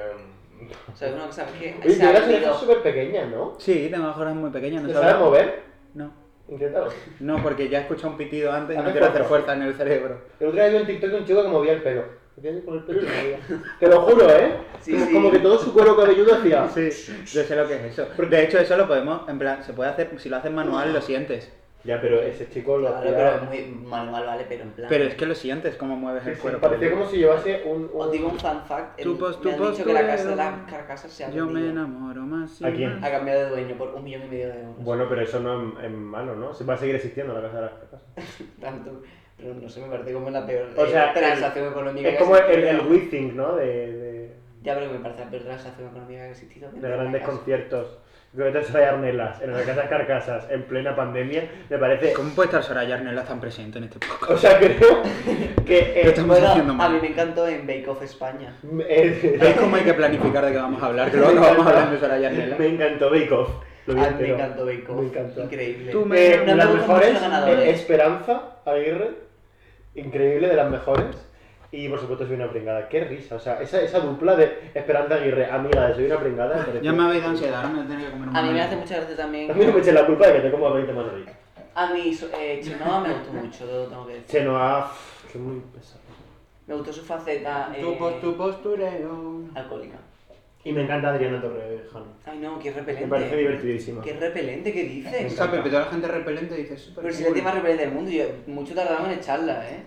S3: O sea, una cosa que
S1: Oye,
S3: se
S1: tiene
S3: ha
S1: las orejas
S3: perdido.
S1: súper pequeñas, ¿no?
S2: Sí, tengo orejas muy pequeñas, ¿no
S1: ¿Te
S2: sabes?
S1: sabes mover?
S2: No.
S1: Inténtalo.
S2: No, porque ya he escuchado un pitido antes y
S1: Hazme
S2: no quiero hacer
S1: fuerza.
S2: fuerza en el cerebro.
S1: El otro día vi un TikTok de un chico que movía el pelo. Movía con el pelo
S3: <laughs>
S1: y lo movía. Te lo juro, ¿eh?
S3: Sí,
S1: como,
S3: sí.
S1: como que todo su cuero cabelludo hacía.
S2: Sí, yo sé lo que es eso. De hecho, eso lo podemos, en plan, se puede hacer, si lo haces manual, lo sientes.
S1: Ya, pero ese chico lo
S3: Claro,
S1: hacía.
S3: pero es muy manual, ¿vale? Pero en plan.
S2: Pero es que lo sientes, cómo mueves
S1: Sí,
S2: el
S1: sí,
S2: cuerpo.
S1: parecía como si llevase un. un-
S3: Os digo un fan fact. el-
S2: Tupos,
S3: me han
S2: tupos,
S3: dicho que la casa de
S2: tupos.
S3: las carcasas se ha
S2: Yo me
S3: vendido.
S2: enamoro más. y
S1: ¿A quién?
S2: más.
S3: Ha cambiado de dueño por un millón y medio de euros.
S1: Bueno, pero eso no es, es malo, ¿no? Se va a seguir existiendo la casa de las carcasas.
S3: Tanto. Pero no sé, me parece como la peor
S1: O
S3: eh,
S1: sea, el-
S3: transacción económica
S1: Es
S3: que
S1: como
S3: ha
S1: el,
S3: existido.
S1: el WeThink, ¿no? De, de,
S3: Ya, pero me parece la peor transacción económica que ha existido.
S1: de
S3: Vender la
S1: grandes
S3: casa.
S1: conciertos. Creo que te trae Arnelas en la casa de Carcasas en plena pandemia. Me parece.
S2: ¿Cómo puede estar Soraya Arnelas tan presente en este podcast?
S1: O sea, creo <laughs> que. eh,
S2: Estamos haciendo
S3: Bueno, a
S2: mal.
S3: mí me encantó en Bake Off España.
S1: eh,
S2: <laughs> ¿Veis cómo hay que planificar de qué vamos a hablar? Que luego no vamos a hablar de Soraya
S1: Me
S2: Arnelas.
S1: encantó Bake Off. Lo vi
S3: Ah, me
S1: entero.
S3: encantó Bake Off.
S1: Me encantó.
S3: Increíble.
S2: Tú me-
S1: Eh,
S3: No me
S1: las
S3: gustan mucho
S1: mejores,
S3: los ganadores.
S1: eh, Esperanza Aguirre, increíble de las mejores. Y por supuesto, soy una pringada. Qué risa, o sea, esa, esa dupla de Esperanza Aguirre, amiga de soy una pringada. me pareció-
S2: Ya me habéis dado ansiedad, ahora me tendré que comer un
S3: A mí me
S2: banano.
S3: hace mucha gracia
S1: <laughs>
S3: también.
S1: A mí no me eché la culpa de que te como a 20 manolitas.
S3: A mí, so- eh, Chenoa me gustó mucho, te lo tengo que decir.
S1: Chenoa, pff, que muy pesado.
S3: Me gustó su faceta eh,
S2: Tu, pos- tu postureo.
S3: alcohólica.
S1: Y me encanta Adriana Torrejano.
S3: Ay no, qué repelente.
S1: Me parece divertidísima.
S3: Qué repelente, ¿qué
S2: O
S3: dices?
S2: sea, Pepe, toda la gente repelente dice súper
S3: Pero si es la
S2: cool.
S3: tía más repelente del mundo, yo mucho tardamos en echarla, ¿eh?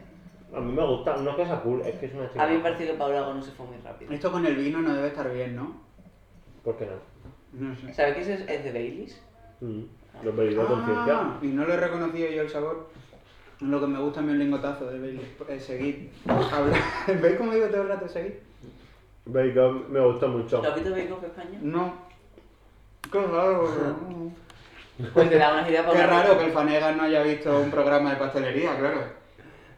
S1: A mí me gusta, no es que sea cool, es que es una chica.
S3: A mí me parece que Paula Gómez se fue muy rápido.
S2: Esto con el vino no debe estar bien, ¿no?
S1: ¿Por qué no?
S2: No sé.
S3: ¿Sabes que ese es, es de Baileys?
S1: Mm. Lo he bebido a
S2: Ah,
S1: conciencia.
S2: y no lo he reconocido yo el sabor. Lo que me gusta a mí es el lingotazo de Bailey. Eh, seguid. Habla- <laughs> ¿Veis cómo digo todo el rato seguid?
S1: Bake Off me gustó mucho.
S3: ¿Lo has visto Bake Off España?
S2: No. Qué raro.
S3: Pues te da unas ideas para
S2: Qué
S3: una-
S2: raro que el Fanegas no haya visto un programa de pastelería, claro.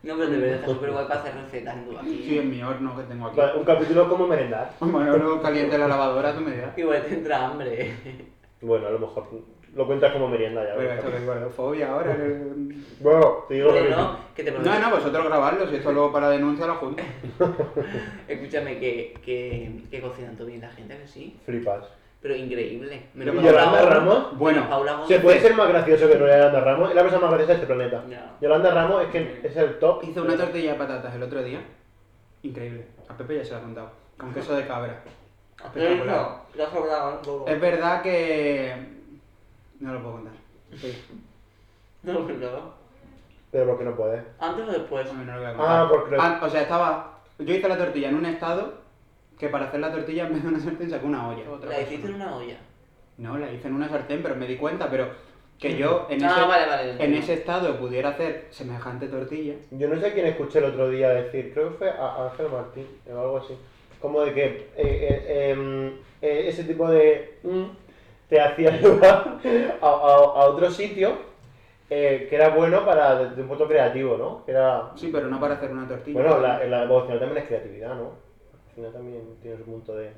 S3: No, pero de verdad está súper guay para hacer recetas tú aquí.
S2: Sí, en mi horno que tengo aquí.
S1: Vale, un capítulo como merendar.
S2: Manolo caliente la lavadora, tú me dirás.
S3: Igual te entra hambre.
S1: Bueno, a lo mejor lo cuentas como merienda ya.
S2: Pero
S1: ¿verdad?
S2: esto que es gordofobia ahora. eh.
S1: Bueno, te digo lo
S3: Pero
S1: mismo.
S3: no, que te prometo.
S2: No, pues- no, vosotros grabadlo, si esto luego para denuncia lo junto.
S3: Escúchame, que, que, que cocinan todo bien la gente, que sí.
S1: Flipas.
S3: Pero increíble. Menos
S1: ¿Y
S2: Pero
S3: Paula
S1: Yolanda
S3: Gómez.
S1: Ramos?
S2: Bueno,
S3: Paula Gómez.
S1: ¿Se puede ser más gracioso que no Yolanda Ramos? Es la persona más graciosa de este planeta.
S3: No.
S1: Yolanda Ramos es que es el top.
S2: Hice una tortilla de patatas el otro día. Increíble. A Pepe ya se la ha contado. Con queso de cabra.
S3: No,
S2: Espectacular.
S3: no, lo has sobrado un
S4: <laughs>
S3: poco.
S2: Es verdad que. No lo puedo contar. Sí.
S3: No, no.
S1: Pero porque no puede.
S3: Antes o después.
S2: No, no lo voy a contar.
S1: Ah, porque lo-
S2: Ah, o sea, estaba. Yo hice la tortilla en un estado que para hacer la tortilla en vez de una sartén sacó una olla.
S3: La hiciste en una olla.
S2: No, la hice en una sartén, pero me di cuenta, pero que yo en,
S3: Ah,
S2: ese,
S3: vale, vale,
S2: en
S3: entiendo.
S2: ese estado pudiera hacer semejante tortilla.
S1: Yo no sé quién escuché el otro día decir, creo que fue a Ángel Martín o algo así. Como de que eh, eh, em, eh, ese tipo de. mm, te hacía <laughs> llevar a, a- a otro sitio eh, que era bueno para. desde un punto creativo, ¿no? Que era.
S2: Sí, pero no para hacer una tortilla.
S1: Bueno, la, la evolución también es creatividad, ¿no? Al final también tiene su punto de,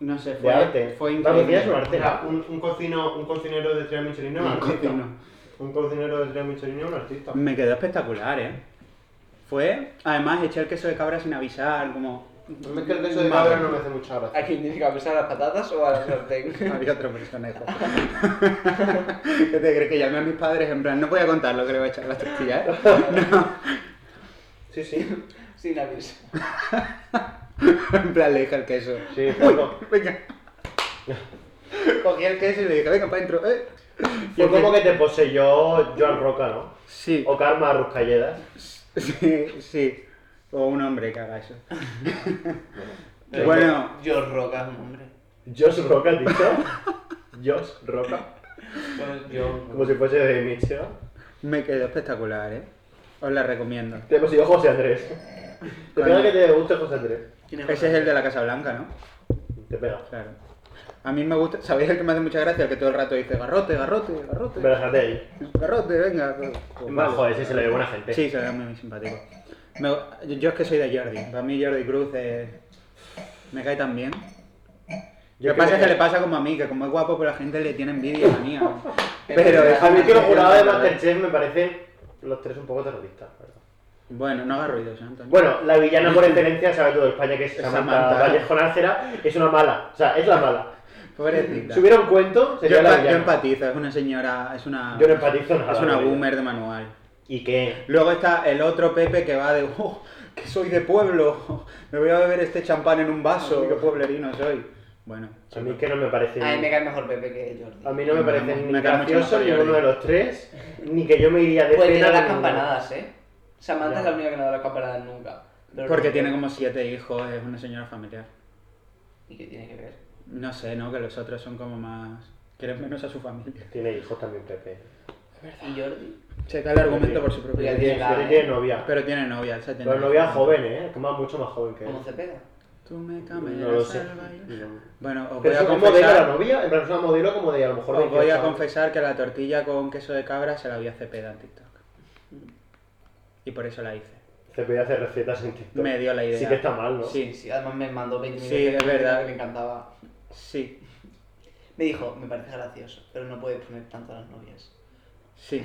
S2: no sé,
S1: de
S2: fue,
S1: arte.
S2: fue
S1: La
S2: increíble.
S1: cocina es un arte. Un, un, cocino, un cocinero de tres Michelin es un
S2: Un
S1: artista.
S2: cocino. Mm.
S1: Un cocinero de tres Michelin es un artista.
S2: Me quedó espectacular, ¿eh? Fue, además, eché el queso de cabra sin avisar, como...
S1: A mí es que el queso de cabra no me hace mucha gracia.
S3: ¿A quién tiene que avisar a las patatas o a la
S2: <laughs>
S3: sartén?
S4: <laughs>
S2: Había otro personaje. ¿Qué te crees? Que llamé a mis padres en plan, no voy a contar lo que le voy a echar a las tortillas, <laughs> ¿eh?
S1: Sí, sí.
S3: Sin aviso.
S2: en plan, le dije al queso.
S1: Sí, fue como,
S2: Venga. Cogí el queso y le dije, venga, para adentro, ¿eh?
S1: fue como que te poseyó Joan Roca, ¿no?
S2: Sí,
S1: O Karma Ruscalledas.
S2: sí, sí. O un hombre que haga eso.
S1: Yo-
S2: bueno,
S4: Yo roca es un hombre.
S1: Josh Roca, has dicho. Josh Roca. Como
S4: Pues Yo.
S1: si fuese de Mitchell.
S2: me quedó espectacular, ¿eh? Os la recomiendo.
S1: Te hemos ido José Andrés. Te pega que te guste José Andrés.
S4: ¿Quién
S2: Ese es el de la Casa Blanca, ¿no?
S1: Te pega.
S2: Claro. A mí me gusta, ¿sabéis el que me hace mucha gracia? El que todo el rato dice garrote, garrote, garrote.
S1: Pero déjate ahí.
S2: Garrote, venga. Pues,
S1: Es
S2: pues
S1: más,
S2: vale.
S1: joder, ese se le ve buena gente.
S2: Sí, se ve muy simpático. Me- yo es que soy de Jordi. Para mí Jordi Cruz es- me cae tan bien.
S1: Yo
S2: Lo que pasa
S1: creo
S2: es que le pasa como a mí, que como es guapo, pues la gente le tiene envidia y manía.
S1: <laughs> Pero
S2: es-
S1: a mí que los jurados de Masterchef me parecen los tres un poco terroristas. la verdad.
S2: Bueno, no haga ruido, señor Antonio.
S1: Bueno, la villana por excelencia, sabe todo España, que es Samantha,
S2: Samantha.
S1: Vallejo Nájera, es una mala. O sea, es la mala.
S2: Pobrecita.
S1: Si hubiera un cuento,
S2: Yo,
S1: sería la
S2: empa- yo
S1: villana.
S2: empatizo, es una señora, es una,
S1: Yo no empatizo nada.
S2: es una
S1: con ella.
S2: boomer de manual.
S1: ¿Y qué?
S2: Luego está el otro Pepe que va de, "Oh, que soy de pueblo, <laughs> me voy a beber este champán en un vaso, qué pueblerino soy. Bueno,
S1: A mí es que no me parece.
S4: A mí me cae mejor Pepe que Jordi.
S1: A mí no me
S2: Me
S1: parece
S2: cae-
S1: ni
S2: me cae mucho
S1: gracioso
S2: mejor
S1: ninguno
S2: Jordi.
S1: de los tres, ni que yo me iría de
S4: Pues tiene
S1: cena
S4: las
S1: con ninguno.
S4: campanadas, ¿eh? Samantha
S1: Ya.
S4: es la única que no da las campanadas nunca. Pero
S2: porque
S4: no-
S2: tiene como siete hijos, es una señora familiar.
S4: ¿Y qué tiene que ver?
S2: No sé, ¿no? Que los otros son como más... Quieren menos a su familia.
S1: Tiene hijos también, Pepe.
S4: ¿Y Jordi?
S2: Checa el argumento por su propia
S4: Ya
S2: vida.
S4: tiene
S1: Tiene,
S4: edad,
S1: tiene-
S4: ¿eh?
S1: tiene novia.
S2: Pero tiene novia, esa tiene
S1: Pero novia joven, ¿eh? Como mucho más joven que él.
S4: ¿Cómo se pega?
S2: Tú me
S1: No lo
S2: cameras
S1: sé.
S2: al baile.
S1: No.
S2: Bueno, os voy
S1: Pero
S2: a
S1: es un modelo la
S2: confesar...
S1: novia, en plan es una modelo como de a lo mejor
S2: Os voy
S1: 28
S2: a
S1: años.
S2: confesar que la tortilla con queso de cabra se la vi a Cepeda en TikTok. Y por eso la hice.
S1: Se puede hacer recetas en TikTok.
S2: Me dio la idea.
S1: Sí que está mal, ¿no?
S2: Sí,
S4: Sí, además me mandó 20
S2: Sí, es verdad.
S4: que le encantaba.
S2: sí,
S4: Me dijo, me parece gracioso, pero no puedes poner tanto a las novias.
S2: sí.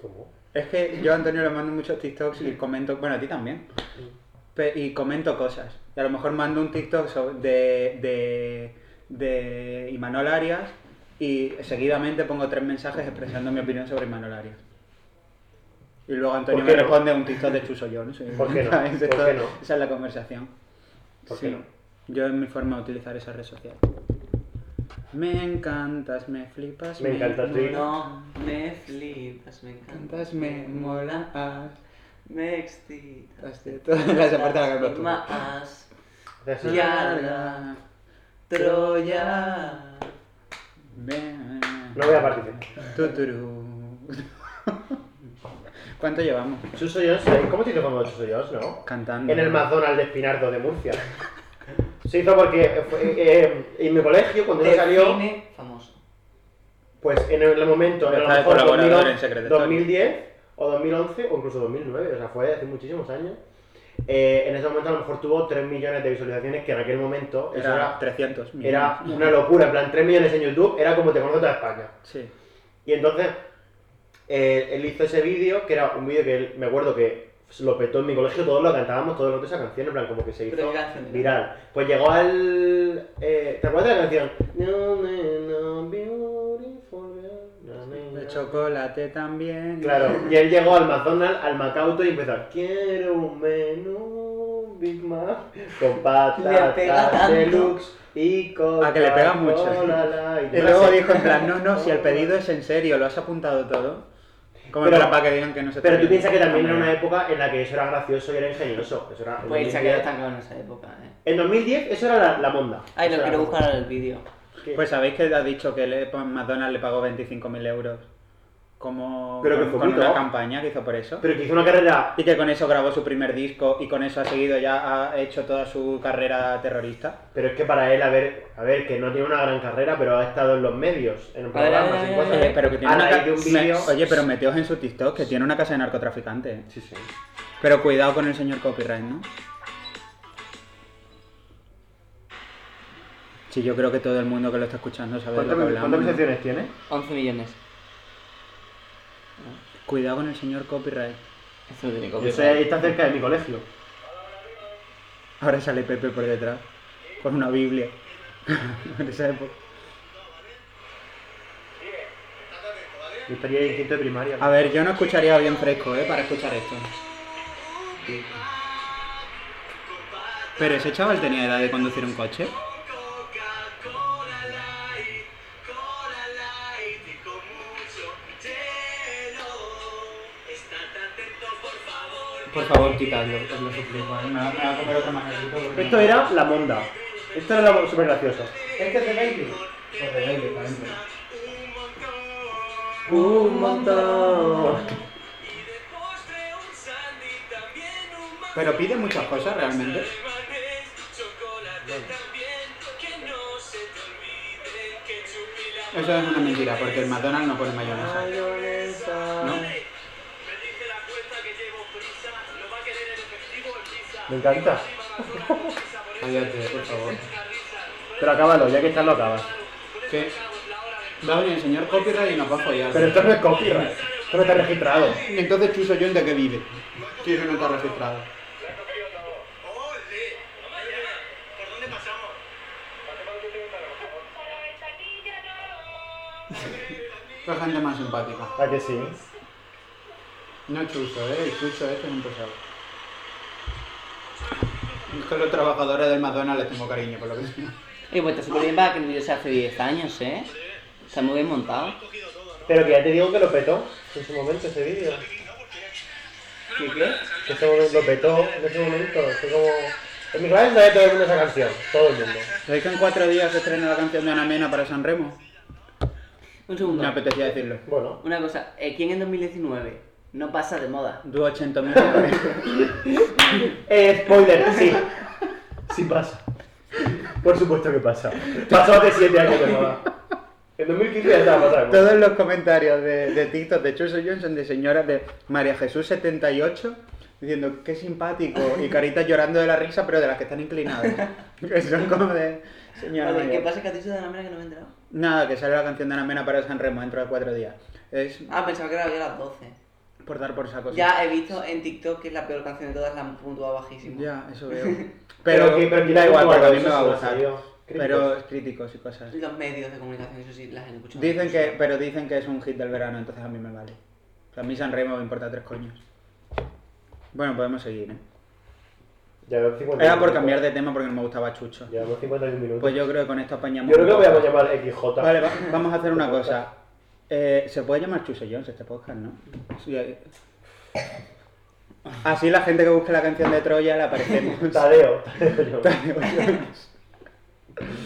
S1: ¿Cómo?
S2: Es que yo a Antonio le mando muchos TikToks y comento, bueno, a ti también. Pe- y comento cosas. Y a lo mejor mando un TikTok so- de, de, de Imanol Arias y seguidamente pongo tres mensajes expresando mi opinión sobre Imanol Arias. Y luego Antonio
S1: ¿Por qué
S2: me
S1: no?
S2: responde un TikTok de Chuso Jones.
S1: ¿Por
S2: <laughs>
S1: qué no?
S2: Esa es
S1: ¿Por
S2: toda-
S1: qué no?
S2: Esa es la conversación.
S1: ¿Por qué
S2: Sí.
S1: no?
S2: Yo es mi forma de utilizar esa red social. Me encantas, me flipas,
S1: Me encantas, sí.
S4: No, me flipas, me encantas,
S2: encantas, me molas.
S4: me excitas.
S2: Hostia, toda la- <laughs> esa parte la cantas tú.
S4: más,
S1: Haces así.
S4: Yarda, Troya.
S2: Ven.
S1: No voy a participar.
S2: Tuturú. ¿Cuánto llevamos?
S1: Chuso Jones, ¿sabéis ¿cómo te hizo como Chuso Jones, no?
S2: Cantando.
S1: En el McDonald's de Espinardo de Murcia. Se hizo porque fue, eh, eh, en mi colegio, cuando yo salió,
S4: Define famoso.
S1: pues en el momento, a lo
S2: Está de
S1: mejor
S2: colaborador
S1: 2011,
S2: en Secret Story.
S1: 2010 o 2011 o incluso 2009, o sea, fue hace muchísimos años. Eh, en ese momento a lo mejor tuvo 3 millones de visualizaciones, que en aquel momento eso
S2: Era
S1: era,
S2: 300. millones.
S1: era una locura. En plan, 3 millones en YouTube era como te conoce toda España.
S2: Sí.
S1: Y entonces, eh, él hizo ese vídeo, que era un vídeo que él- me acuerdo que lo petó en mi colegio, todos lo cantábamos, todos los de esa canción, en plan, como que se
S4: Pero
S1: hizo
S4: ¿qué canción era?
S1: viral. Pues llegó al... eh, ¿Te acuerdas de la canción? No, no, no, beautiful, no, no,
S2: De
S1: no.
S2: chocolate también.
S1: Claro, y él llegó al McDonald's, al Macauto y empezó, quiero un menú Big Mac con
S4: <laughs> Le pega
S1: patatas
S4: tanto.
S1: deluxe y con...
S2: Ah, que le pega mucho. Y luego dijo en plan, no, no, si el pedido es en serio, lo has apuntado todo. Como
S1: Pero-
S2: en plan para que digan que no se
S1: Pero
S2: está
S1: tú
S2: viendo.
S1: piensas que también era una época en la que eso era gracioso y era ingenioso. Eso era, en,
S4: Pues se ha
S1: 2010
S4: quedado estancado en esa época, eh.
S1: en 2010 eso era la, la monda.
S4: Ay,
S1: Eso
S4: lo
S1: era
S4: quiero
S1: la
S4: buscar ahora el vídeo.
S1: monda. ¿Qué?
S2: Pues sabéis que ha dicho que le, McDonald's le pagó 25.000 euros como
S1: Pero que
S2: con,
S1: fue
S2: con
S1: muy
S2: una
S1: top.
S2: campaña que hizo por eso.
S1: Pero que hizo una carrera...
S2: Y que con eso grabó su primer disco y con eso ha seguido ya, ha hecho toda su carrera terrorista.
S1: Pero es que para él, a ver, a ver, que no tiene una gran carrera, pero ha estado en los medios, en
S4: ver, a ver,
S1: programas
S4: a
S1: y
S4: ver,
S1: cosas.
S4: a ver.
S2: Eh, pero que tiene
S1: A
S2: una
S1: raíz
S2: ca-
S1: de un
S2: me-
S1: vídeo-
S2: Oye, pero meteos en su TikTok que tiene una casa de narcotraficantes. eh.
S1: Sí, sí.
S2: Pero cuidado con el señor copyright, ¿no? Sí, yo creo que todo el mundo que lo está escuchando sabe de lo que
S1: ¿Cuántas
S2: hablamos.
S1: cuántas
S2: ¿no?
S1: visualizaciones tiene?
S4: 11 millones.
S2: Cuidado con el señor copyright.
S4: Esto no tiene
S1: Yo sé, está cerca de mi colegio.
S2: Ahora sale Pepe por detrás, con una Biblia. <laughs> en esa época.
S1: Yo estaría en quinto de primaria.
S2: A ver, yo no escucharía bien fresco, ¿eh? Para escuchar esto. Pero ese chaval tenía edad de conducir un coche. Por favor, quitadlo, os lo suplico. ¿eh? Me va me va a comer otro manguerito. porque-
S1: Esto era la monda. Esto era la súper graciosa.
S2: Este es de Baby. Pues de Baby, para dentro.
S1: Un montón.
S2: Pero pide muchas cosas realmente. Eso es una mentira, porque el McDonald's no pone mayonesa. ¿No?
S1: Me encanta.
S2: Cállate, por favor.
S1: Pero acábalo, ya que estás lo acabas.
S2: ¿Qué? Va a venir el señor copyright y nos va a follar.
S1: Pero esto no es copyright. Esto no está registrado.
S2: Entonces Chuso John de qué vive. Si eso no está registrado. La gente más simpática.
S1: ¿A que sí?
S2: No Chuso, eh. El Chuso este es un pesado. Es que los trabajadores del McDonald's les tengo cariño, por lo que sea.
S3: Y pues está súper bien para que el vídeo se hace 10 años, ¿eh? Está muy bien montado.
S1: Pero que ya te digo que lo petó en su momento ese vídeo.
S3: ¿Qué qué?
S1: Que ese momento lo petó en ese momento. Fue como. En mi cabeza sabe todo el mundo esa canción. Todo el mundo.
S2: ¿Sabéis que en cuatro días se estrena la canción de Ana Mena para San Remo?
S3: Un
S2: Me
S3: segundo.
S2: apetecía decirlo.
S1: Bueno.
S3: Una cosa, eh, ¿quién en 2019 no pasa de moda?
S2: Du 80 millones.
S1: Eh, spoiler, sí. Sí pasa. Por supuesto que pasa. Pasó hace 7 años de moda. En 2015 ya estaba pasando.
S2: Todos los comentarios de, de TikTok de Chuso John son de señoras de María Jesús 78 diciendo qué simpático y caritas llorando de la risa, pero de las que están inclinadas.
S3: <laughs>
S2: Que son como de señora.
S3: Vale, ¿qué
S2: mayor.
S3: pasa que has dicho de la manera que no me he enterado?
S2: Nada, que sale la canción de Ana Mena para San Remo dentro de cuatro días. Es
S3: Ah, pensaba que era hoy a las 12.
S2: por dar por saco. Pues sí.
S3: Ya he visto en TikTok que es la peor canción de todas, la han puntuado bajísimo.
S2: Ya, eso
S3: <laughs>
S2: veo.
S1: Pero, que, pero que da igual,
S2: porque
S1: porque
S2: a mí me va a gustar.
S1: Pero...
S2: Pero críticos y cosas.
S3: Los medios de comunicación, eso sí, las han escuchado.
S2: Dicen que, pero dicen que es un hit del verano, entonces a mí me vale. O sea, a mí San Remo me importa tres coños. Bueno, podemos seguir, ¿eh?
S1: Ya veo 50
S2: Era por
S1: minutos.
S2: cambiar de tema porque no me gustaba Chucho.
S1: Llevamos 51 minutos.
S2: Pues yo creo que con esto apañamos.
S1: Yo creo que
S2: un
S1: voy a
S2: poco.
S1: llamar XJ.
S2: Vale, va- vamos a hacer una cosa. Eh, Se puede llamar Chuso Jones este podcast, ¿no? Sí, eh. Así la gente que busque la canción de Troya la aparecemos.
S1: Tadeo. <laughs> Tadeo.
S2: Tadeo Jones. <laughs>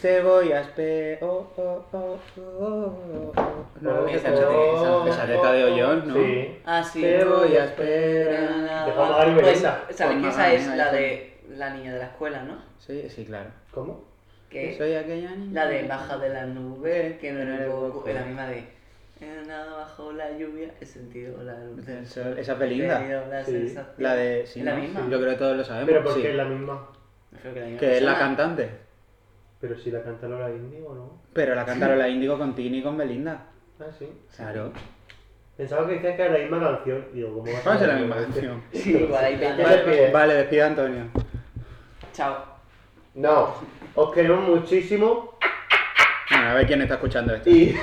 S2: Te voy a espe... Oh, oh, oh, oh, oh, oh. No,
S3: Esa
S2: no,
S3: no
S2: no.
S3: te-
S2: Esa de Tadeo Jones, ¿no?
S1: Sí.
S3: Ah, sí.
S2: Te voy a esperar.
S3: Nada.
S1: De Juan Magán y Belinda.
S3: Pues, ¿Sabes
S2: Juan
S3: que esa
S2: Magán,
S3: es
S2: ahí
S3: la
S2: está.
S3: de la niña de la escuela, no?
S2: Sí, sí, claro.
S1: ¿Cómo?
S3: Que
S2: Soy aquella niña.
S3: Eh, La de baja de la nube, que no era el Goku, es la misma de eh, nada bajo la lluvia, he sentido la luz.
S2: Del sol. Esa es
S3: he
S2: Belinda.
S3: tenido la
S1: Sí.
S3: sensación.
S2: La de. Sí,
S3: ¿Es la
S2: ¿no?
S3: misma?
S2: Yo creo que todos lo sabemos.
S1: Pero porque
S2: sí.
S1: es la misma.
S3: Creo que la misma
S2: Que es la
S3: persona.
S2: cantante.
S1: Pero si la canta Lola Índigo, ¿no?
S2: Pero la cantaron la Índigo con Tini y con Belinda.
S1: Ah, sí.
S2: Claro.
S1: Pensaba que decías que era la misma canción. Digo, ¿cómo va a
S2: ¿Cuál Ah, es
S1: ser
S2: la misma canción?
S3: Sí,
S1: <laughs>
S3: igual ahí
S1: Ya se
S3: está.
S1: pide.
S2: Vale, despide a Antonio.
S3: Chao.
S1: No. Os queremos muchísimo
S2: Bueno, a ver quién está escuchando esto.
S1: y...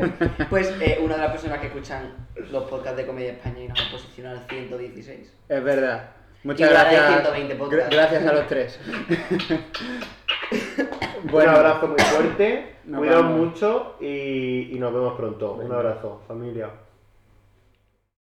S1: <laughs>
S3: Pues eh, una de las personas que escuchan los podcasts de Comedia España y nos han posicionado al 116.
S2: Es verdad. Muchas
S3: Igual hay
S2: gracias.
S3: 120 podcasts.
S2: Gra- Gracias a los
S3: <laughs>
S2: tres.
S1: Un abrazo muy fuerte.
S2: Nos
S1: Cuidaos
S2: vamos.
S1: mucho y, y nos vemos pronto. Un abrazo, familia.